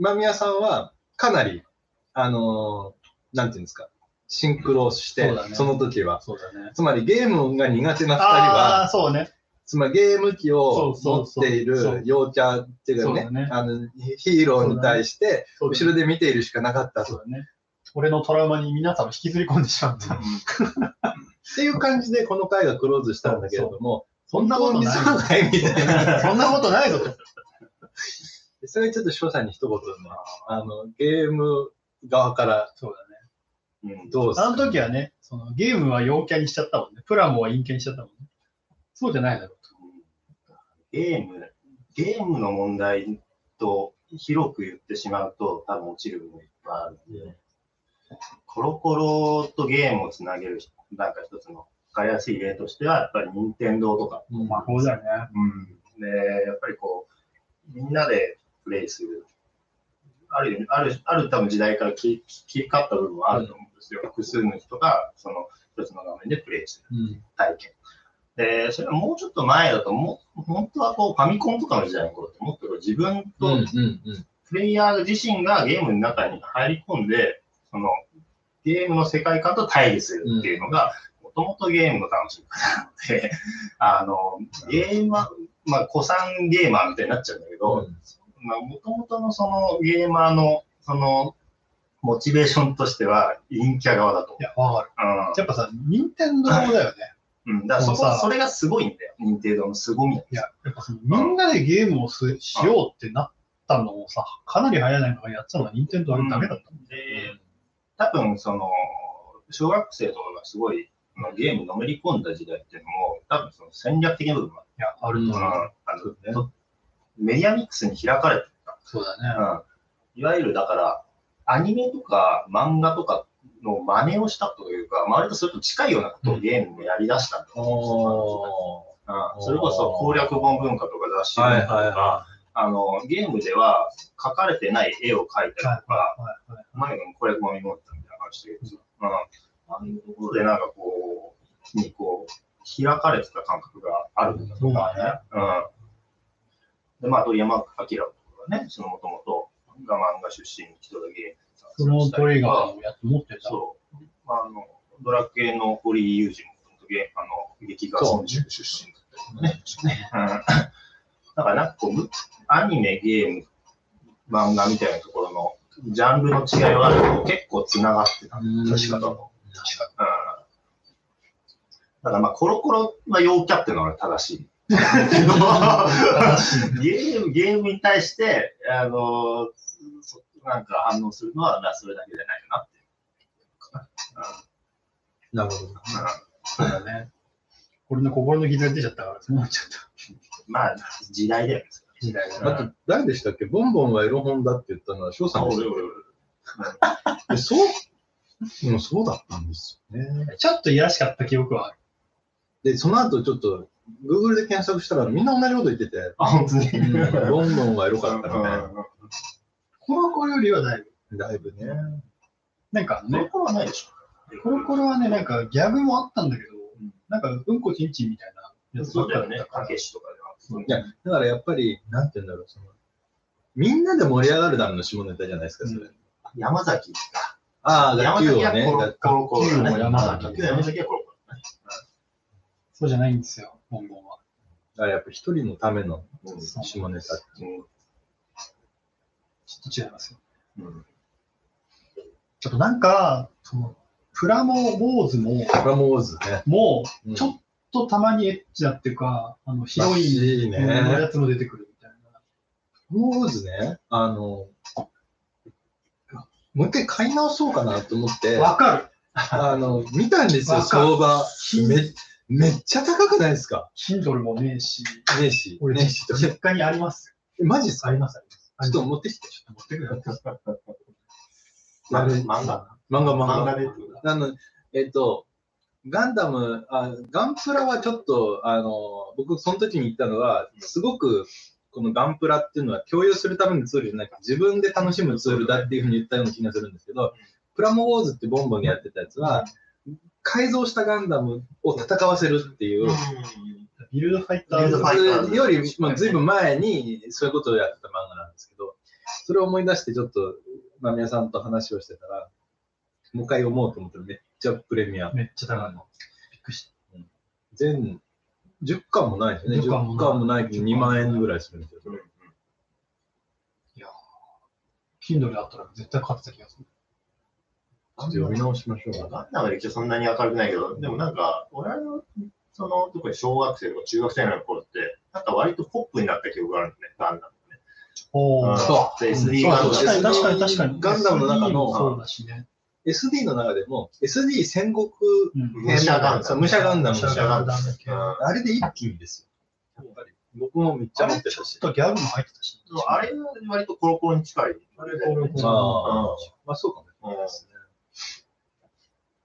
間宮さんはかなり、あのーなんていうんですか、シンクロして、
そう
そ
だね
の時は。
そうだね。
つまりゲームが苦手な2人
あ
は、
あ、そうね。
つまりゲーム機を
そうそ
持
う
っ
そう
てい
そう
る陽キャっていうかね
そうだね
あのヒーローに対して
そう
後ろで見ているしかなかった
そう
と。
だね。俺のトラウマに皆さんを引きずり込んでしまった。
っていう感じでこの回がクローズしたんだけれども、
そんなこと
本当
な
に
い。
そうだよみたいな。
そんなことないぞと。
で それちょっと翔さんに一言ね、あの、ゲーム側から
そうだね。
うん
どうす
あの時はね、そのゲームは陽キャにしちゃったもんね。プラモは陰キャにしちゃったもんね。そうじゃないだろう
ゲーム、ゲームの問題と広く言ってしまうと、多分落ちる部分がいっぱいあるんで、コロコロとゲームをつなげる、なんか一つの分かりやすい例としては、やっぱり任天堂とか、
うん
と。魔法だよね。
で、やっぱりこう、みんなでプレイする、ある意味、ある、ある多分時代から切り切り替わった部分はあると思うんですよ。複数の人が、その一つの画面でプレイする。
うん
体験。で、それはもうちょっと前だと、もう本当はこうファミコンとかの時代の頃って、もっとこう自分
うんう
と
んうん
プレイヤー自身がゲームの中に入り込んで、そのゲームの世界観と対峙するっていうのが、もともとゲームの楽しみ方なので、 あの、ゲームは、まあ、古参ゲーマーみたいになっちゃうんだけど、まあ、もともとのそのゲーマーの、その、モチベーションとしては、陰キャ側だと
いや、わかる。
思う。うん
やっぱさ、任天堂だよね。
うん、だからそこ
もうさ
それがすごいんだよ、任天堂の凄み。
いや、やっぱそのみんなでゲームをすしようってなったのもさ、かなり早い段階からやってたのが任天堂あれダメだったもんね。
で、多分その、小学生とかがすごい、まあ、ゲームのめり込んだ時代っていうのも、多分その戦略的な部分が、
いや、あると
うん
思う。
あの
そうね
とメディアミックスに開かれてた。
そうだね。
うん、いわゆるだから、アニメとか漫画とかの真似をしたというか、周りとそれと近いようなことをゲームもやりだしたんだと思うんですようんそれこそ攻略本文化とか雑誌
ー
文
はい
化
はい
とか、
は
あの、ゲームでは書かれてない絵を描いたりと
はい
か、
はいはい。
前のこれも見持ったみたいな話だけどさ、うん、ああいうところでなんかこう、一気にこう、開かれてた感覚があるんだとかね。うん。で、まあ、鳥山明とかね、そのもともと我慢が出身の人だけ、
そのトリガーをやって持ってた。
そう。あの、ドラクエの堀井雄二も、ゲあの、劇画村塾出身だったりとかね。うんだからなんかこう、むアニメ、ゲーム、漫画みたいなところの、ジャンルの違いはあるけど、結構繋がってた。
い。
確かだ
と。
と。確かうん。だからまあ、コロコロは陽キャっていうのは正 しい。けどゲーム、ゲームに対して、あの、そなんか反応するのは、まあ、それだけじゃないよなっていう
なるほど。
うん
そうだね。俺の心の傷が出ちゃったから、そうなっちゃった。
まあ、時代だよね。
時代だ
だって誰でしたっけボンボンはエロ本だって言ったのは翔さんでしたよでそう、でもそうだったんですよね。
ちょっといやらしかった記憶はある。
で、その後ちょっと、Google で検索したらみんな同じこと言ってて、
あ、本当に。
ボンボンはエロかったみたいな。
コロコロよりはだいぶ。
だいぶね。
なんかあの
ね、
ね、
これはないでしょ。
コロコロはね、なんかギャグもあったんだけど
ん、
なんかうんこちんちんみたいなやつば
そ
っ
うだ
か
よね
だっ。たか
た
ら。
けしとか
いや、だからやっぱり、なんて言うんだろう、その、みんなで盛り上がるだろうの下ネタじゃないですか、それ。
山崎か。
ああ、
山
学級
崎
は
は
ね、
コロ
学
コロコロだね。
学級も山崎
学級は山崎はコロコ
そうじゃないんですよ、ボンボンは。
あやっぱ一人のための
ロ。
下ネタ。
ちょっと違いますよ。
うんうん
ちょっとなんか、そのプラモ坊主も、
プラモーズね。
も
うん
う、ちょっとたまにエッチなっていうか、あの、ヒ
ら
ロイ
しい
ン
ね。
の
プ
やつも出てくるみたいな。
ラモーズね、あの、もう一回買い直そうかなと思って、
わかる
あの、見たんですよ、
わかる
相場。
頻
めめっちゃ高くないですか
頻度もねえし、
ねえし。
俺
ねえしと
実。実家にあります。
えマジっす
あ
か
ります、あります。
ちょっと持ってきて。
持ってくる。
ま
あれ
漫画。
漫画漫
漫
画
画。でってことだ。
あの、えっと、ガンダム、あガンプラはちょっと、あの、僕、その時に言ったのは、すごくこのガンプラっていうのは共有するためのツールじゃなくて、自分で楽しむツールだっていうふうに言ったような気がするんですけど、プラモウォーズってボンボンでやってたやつは、改造したガンダムを戦わせるっていう、
ビルドファイタ
ビ
ー
ル
ズ
ドファイターズ
より、まあ、ずいぶん前にそういうことをやってた漫画なんですけど、それを思い出してちょっと、まあ、皆さんと話をしてたら、もう一回読もうと思ってめっちゃプレミア。
めっちゃ高いの。びっくりし
全10巻もないですね。
10
10
巻もない
巻もないけど2万円ぐらいするんですよ。
た。Kindle あったら絶対買ってた気がする。
ちょっと読み直しましょうか。
ガンダムの歴史はそんなに明るくないけど、でもなんか、俺の、その、特に小学生とか中学生の頃って、なんか割とポップになった記憶があるんですね、ガンダムね。
お
うん
ー。
そう
で、
そう
SD ガンダム
確かに確かに
SD
確かに。
ガンダムの中の
SD もそうだしね。
SD の中でも、SD 戦国
うん
武者ガンダ
そう
ム。
武者ガンダム。
武者ガンダムだっけ。
うん
あれで一気にですよ。やっぱり。僕もめっちゃ
あ
持っ
れ
て
ちょ
た
っ
し。
とギャグも入ってたし。
そうあれ割とコロコロに近い。
あれコロコロ
ああ。まあそうかもしれないですね。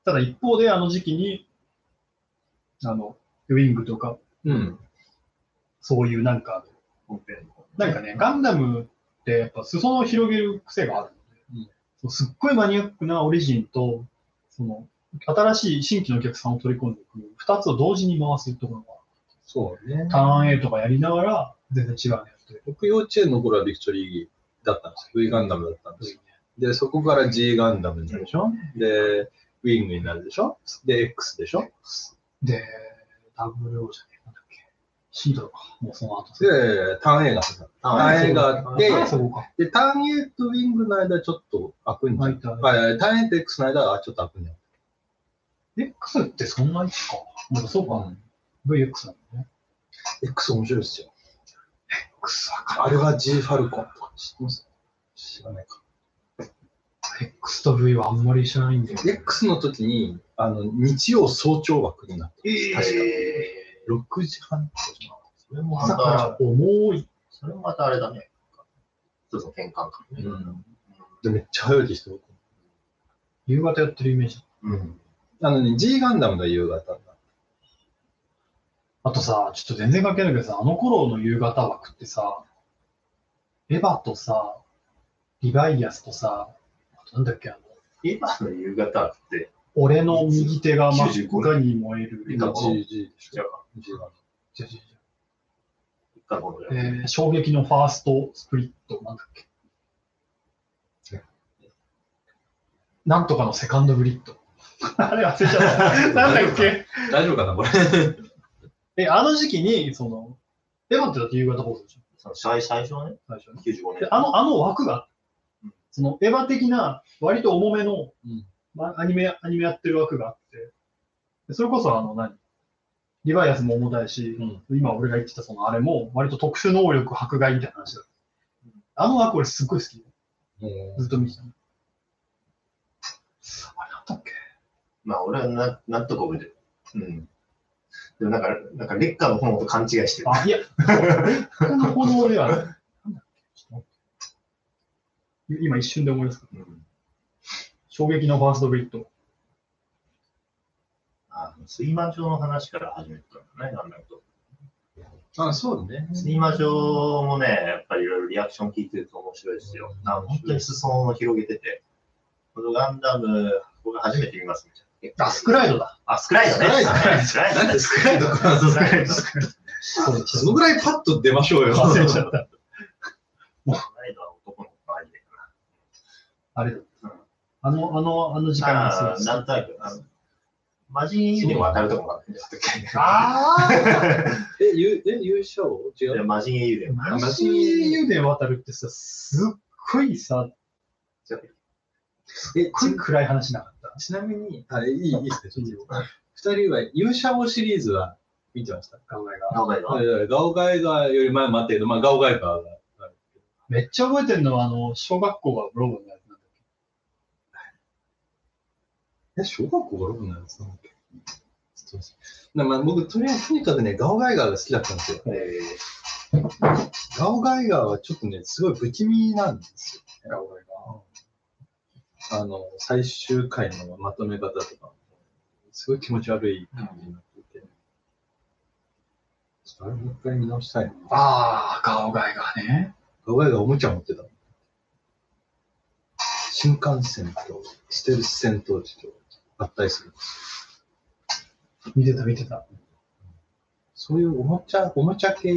ただ一方で、あの時期に、あの、ウィングとか、
うん。
そういうなんか、
本編の方
なんかね、ガンダムってやっぱ裾野を広げる癖があるので、そうすっごいマニアックなオリジンと、その、新しい新規のお客さんを取り込んでいく、二つを同時に回すところが、
そうね。
ターン A とかやりながら、全然違うのやつで。
僕幼稚園の頃はビクトリーだったんですよ。V ガンダムだったんですよ。で、そこから G ガンダムになるでしょで、ウィングになるでしょで、X でしょ
で、W じゃねえ、なんだっけ、シードか、もうその後。
で、ターン A が始まる
タ
あ
ーン
れがあって
そこか。
で、ターン A とウィングの間はちょっと開くんじゃ
ファ
ない
イター
あいやターン A と X の間はちょっと開くんじゃ
X ってそんな位置か。でもそう
な
か
い、、
VX なんだね。
?X 面白いですよ。
X は
あれは G ファルコンとか知ってます知らないか。
X と V はあんまり知らないんだよね。
X の時に、あの、日曜早朝枠になって、
確かに。
6時半
それもま
朝か
た、
ら重い。
それもまたあれだね。一つの転換感ね。
うん。で、めっちゃ早いですよ。
夕方やってるイメージ。
うん。
あのね、G ガンダムが夕方だ。
あとさ、ちょっと全然関係ないけどさ、あの頃の夕方枠ってさ、エヴァとさ、リバイアスとさ、あとなんだっけ、あの、
今の夕方って、
俺の右手が真っ
95
赤に燃える。
いた
GG でし
違
ょ
うか。
G ガンダム。
違う違う違う
一回このぐらい
えー衝撃のファーストスプリット、なんだっけ
え。
なんとかのセカンドブ リット。あれ忘れちゃ った。なんだっけ
大丈夫かな、これ。
え、あの時期に、その、エヴァってだって夕方放送でしょ
その最最初はね、
最初に。
95年
で、。あの、あの枠が
うん、
そのエヴァ的な、割と重めの、
うん
まアニメ、アニメやってる枠があって、でそれこそあの何、リバイアスも重たいし、今俺が言ってたそのあれも、割と特殊能力迫害みたいな話だった。あの枠俺すっごい好き。
も
ずっと見てたの。あれなんだっけ
まあ、俺はな納得覚えてる。うん。でもなんか、なんか劣化の炎と勘違いしてる。
あ、 いや、この炎ではない。なんだっけちょっと待って今一瞬で思い出す。
うん、
衝撃のファーストブリット。
あの睡魔状の話から始めてたんだね、なんだと。
うあ、そうね。
睡魔状もね、やっぱりいろいろリアクション聞いてると面白いですよ。なんか本当に裾野を広げてて。このガンダム、僕初めて見ますみたいな。
あ、スクライドだ。
あ、スクライドね。
スクラ
スクライド
なんで少ないのかな、
スクライド。ス
そうで
そのぐらいパッと出ましょうよ。
忘れちゃった。
クライドは男の子のアニメか
あれだ
うん。
あの、あの、あの時間がすごい
な。
好き。
あなんとなく、あのマジにも当たるとこもあってんだったっけ。
あ
え、ゆえ優勝違
いや
う。
マジンユーデ
ー
ン。
マシンユーデン渡るってさ、すっごいさ、
え
すっごい暗い話なかった。
ち、ちなみに、あ、いい、いいです
いい
ね
よ。
二人は、勇者王シリーズは見てました。
考えが。
名古屋の
いやいやガオガイガーより前もあったけど、まあ、ガオガイガーが。
めっちゃ覚えてるのは、あの、小学校がブログになる。
え、小学校が6年なんですかちょっと待ってなまあ、僕、とりあえず、とにかくね、ガオガイガーが好きだったんですよ。
えー
ガオガイガーはちょっとね、すごい不気味なんです
ガオガイが。
よ。あの、最終回のまとめ方とか、すごい気持ち悪い感じになっていて。ちょっとあれもう一回見直したいな。
ああ、顔外がね。
ガワイがおもちゃ持ってた。新幹線とステルス戦闘機と合体する。
見てた見てた。
そういうおもちゃ、おもちゃ系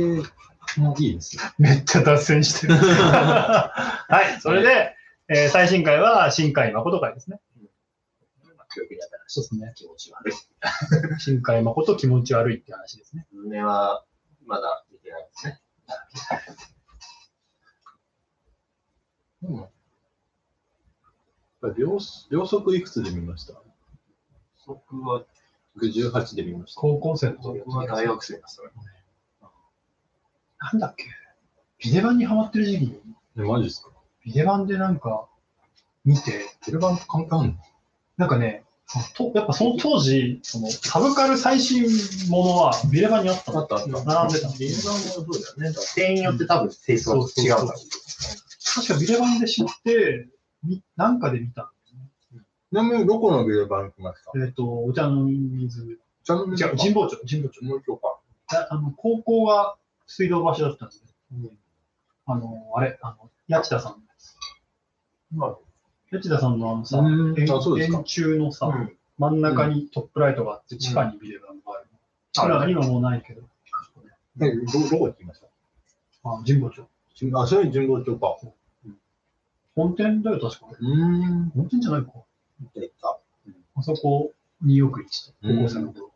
もいいですね。
めっちゃ脱線してる。 はい、それで、えー最新回は新海誠会ですね。
記憶に新
そうですね。
しい気持ち悪い。
新海誠気持ち悪いって話ですね。
胸はまだ見てないですね。
でもやっぱり両両足いくつで見ました
僕は、
?118 で見ました。
高校生の時
僕は大学生です。
なんだっけビデバンにハマってる時期に、
え、マジですか
ビデバンでなんか見て、
テレバンと関係あんの
なんかね、とやっぱその当時、そのサブカル最新ものはビデバンにあったの
あったあった。
並んでた
テレバンもそうだよね。
店員によって多分清掃が違うんだろう
確かビレバンで知って、みなんかで見た。
ちなみにどこのビデオ版来ました
えっ、と、お茶の水。違う、
ちなみに
神保町、神保町。
もう一度か。
だあの高校が水道橋だったんですね。あの、あれ、あの、八千田さん。
ま
八千田さんのあのさ、
うん
円
あそうですか
円柱のさ、
うん
真ん中にトップライトがあって、地下にビレバンがある。
あ
それは今もうないけど、
あ、え、ど、どこ行きました
あ神保町。
神あ、それ神保町か。
本店だよ、確か。
うーん。
本店じゃないか。
ってた。
あそこによく行ってた。高校生の頃。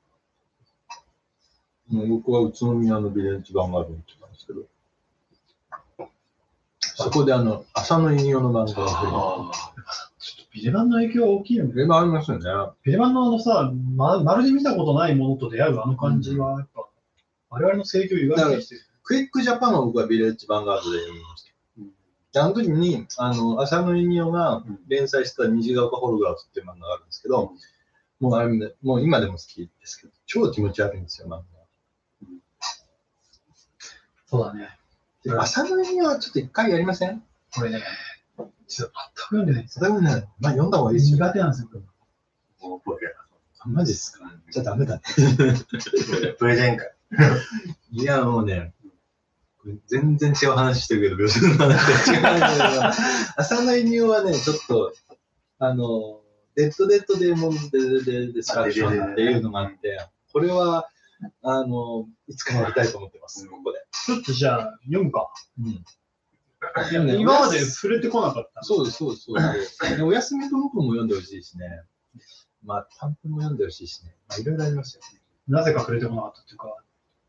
もう僕は宇都宮のビレッジ版があるってたんですけど。そこであの、浅野犬用の漫画が
ああ。やっぱさちょっとビレバンの影響は大きいよね
出。る。今ありますよね。
ビレバンのあのさ、ま、まるで見たことないものと出会うあの感じは、やっぱ、我々の制御を歪めてきてる。
クイックジャパンを僕はビレッジヴァンガードで読みました。であの時に、あの、浅野稲代が連載した虹ヶ丘ホログラフっていう漫画があるんですけど、もうあれね、もう今でも好きですけど、超気持ち悪いんですよ、漫画。
そうだね。
で浅野稲代はちょっと一回やりません
これね、実は全く読んでないんです
そ
よ。
れもね、まあ読んだ方がいいですよ。
苦手なんですよ。
もう覚え
あマジっすかじゃあダメだね。
てないプレゼン会。
いや、もうね、これ全然違う話してるけど、秒数の話は違うんだけど、浅野犬はね、ちょっと、あの、デッドデッドデーモンズデデデデデストラクションっていうのがあって、これは、あの、いつかやりたいと思ってます、ここで。
ちょっとじゃあ、読むか。
うん。
今まで触れてこなかった。
そうです、そうです、そうです。でお休みと僕も読んでほしいしね。まあ、短編も読んでほしいしね。まあ、いろいろありますよね。
なぜか触れてこなかったっていうか、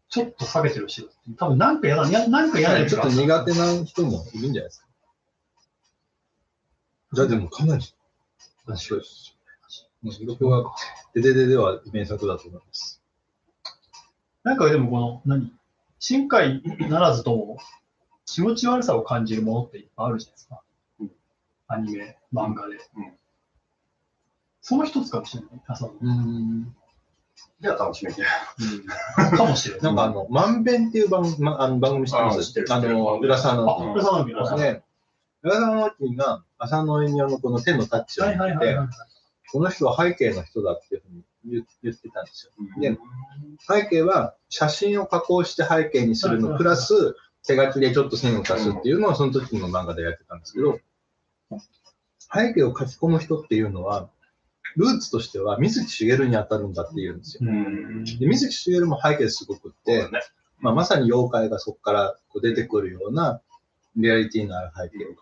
ちょっと下げてるし、多分なんか嫌だ、やなんか嫌だ
ちょっと苦手な人もいるんじゃないですか。じゃあでもかなり面白いです。僕は、デデデでは名作だと思います。
なんかでもこの、何深海ならずとも、気持ち悪さを感じるものっていっぱいあるじゃないですか
うん。
アニメ、漫画で。
うん
その一つかもしれない。あそう
うん。
では楽しみに。
かもしれない。
なんかあの、まんべんっていう番,、ま、あの番組知ってま
あ
す
知ってる
あ
知ってる
の、浦沢
あ、
直
これさなん
樹。
だ
ね。浦沢直樹が浅野犬のこの手のタッチを
はいはい
見
はい
て
はい、。
この人は背景の人だっていうふうに言言ってたんですよ。で背景は写真を加工して背景にするのプラス手書きでちょっと線を足すっていうのをその時の漫画でやってたんですけど背景を書き込む人っていうのはルーツとしては水木しげるに当たるんだっていうんですよ。
うん。
で水木しげるも背景すごくって、
ね、
まあ、まさに妖怪がそこからこう出てくるようなリアリティのある背景を描く。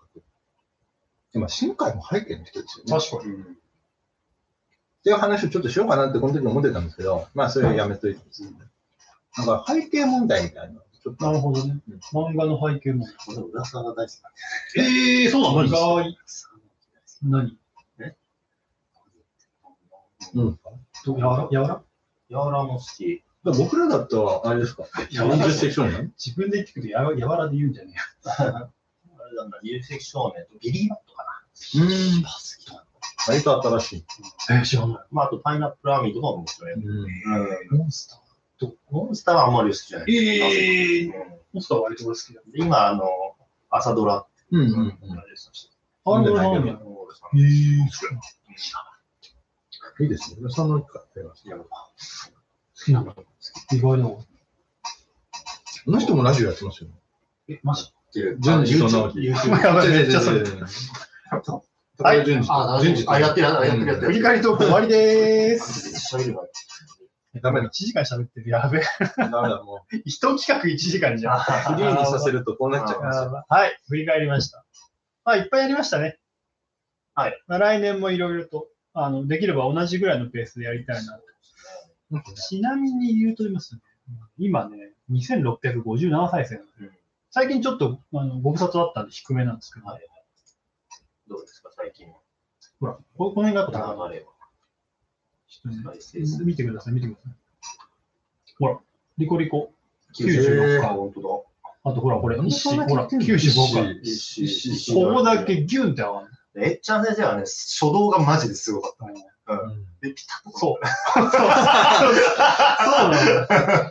でまあ、新海も背景の人ですよね。
確かに。
っていう話をちょっとしようかなってこの時思ってたんですけど、まあそれはやめといてですね。なんか背景問題みたいなのちょっと
なるほどね。漫画の背景も。
この浦沢が大好きなんで
ええそう
なの
意外。
す
何
うん。だ
どやわらやわら
ヤーラも好き。
から僕らだったら、あれですか
やばい
40セクションなの
自分で言ってくるとやわやわらで言うんじゃねえよ。
あれなんだ、流石少年とビリーバットかな。
うん。
好きな
割と新しい。
えー、知らない。
まあ、あとパイナップルアーミーとかも面白い。
うん。
うん。
モンスター。
モンスターはあんまり好きじゃない。
え
うん
モンスターは割と俺好きだ。
で今、あの、朝ドラ。
うん
う
うんうん。
あれでしたし。
あ
なんで
れ
ない
は
の
何
うん
えー、
いいですね。その時からやります。
いや
好きなの意外なの。
あの人もラジオやってますよね。
え、マジ
順次と直
YouTube
樹。
やばいめっちゃそれ。
高井順次。
あ、
順次
あ、やってる、やってる、やって
振
る。
り返りトーク終わりでーす。
一緒にいるわ。
ダメだ
1時間喋ってる。やべえ。
ダメだ、もう。
一企画1時間じゃん。
フリーにさせるとこうなっちゃいますよ。
あーはい、振り返りました。まあ、いっぱいやりましたね。
はい。
まあ、来年もいろいろと、あの、できれば同じぐらいのペースでやりたいな。ちなみに言うと言いますね、今ね、2657再生なんですよ。最近ちょっとあのご無沙汰だったんで低めなんですけど、
はいどうですか、最近
ほら、ここの辺があったから、
の流れは。
ちょっとね
再生数
見てください、見てください。ほら、リコリコ。
96
96
回、本当
あとほら、これ、
なんで
一
そんな
ほら、
聞いてんの
95回。
だ。一
一
ここだけ。ギュンって合わない。
えっちゃん先生はね、初動がマジですごかった。で、ピタッと。
そう。そう。そうなんだ。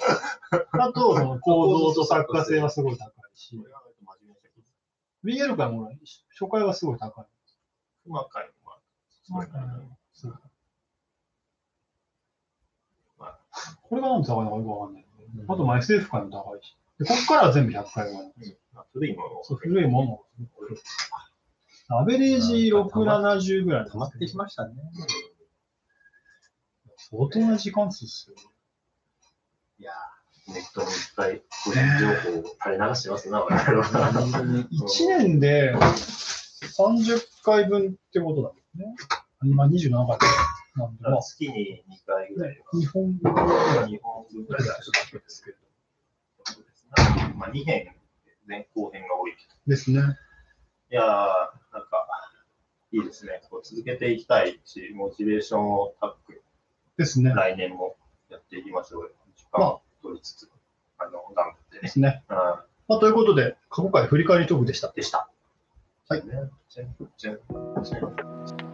あと、その構造と作家性はすごい高いし
こ、れは真面目な人
BL からもほら、初回はすごい高い。
熊会もまあ、それなりに
これがなんで高いのかよくわかんない。あと、まあ SF 回も高いし。で、こっからは全部100回ぐらい。
うんまあそれで今の
そう、古いものも。アベレージ6、70ぐらい
溜まってきましたね。
相当な時間数っすよ。
いやーネットにいっぱい個人情報を垂れ流してますな、我々は。
1年で30回分ってことだもんね。今27回なんで、まあ、
月に2回ぐらいは。
日本語
日本文ぐらいがちょっとですけど。そうですねまあ、2編、前後編が多いけど。
ですね。
いやー、なんか、いいですね。こう続けていきたいし、モチベーションをタック、
ですね。
来年もやっていきましょうよ。時間を取りつつ、あの、頑張って
で
ね。
すね。
あ
まあ、ということで、過去回振り返りトークでした。
でした。
はい
ね。じゃんじゃんじゃん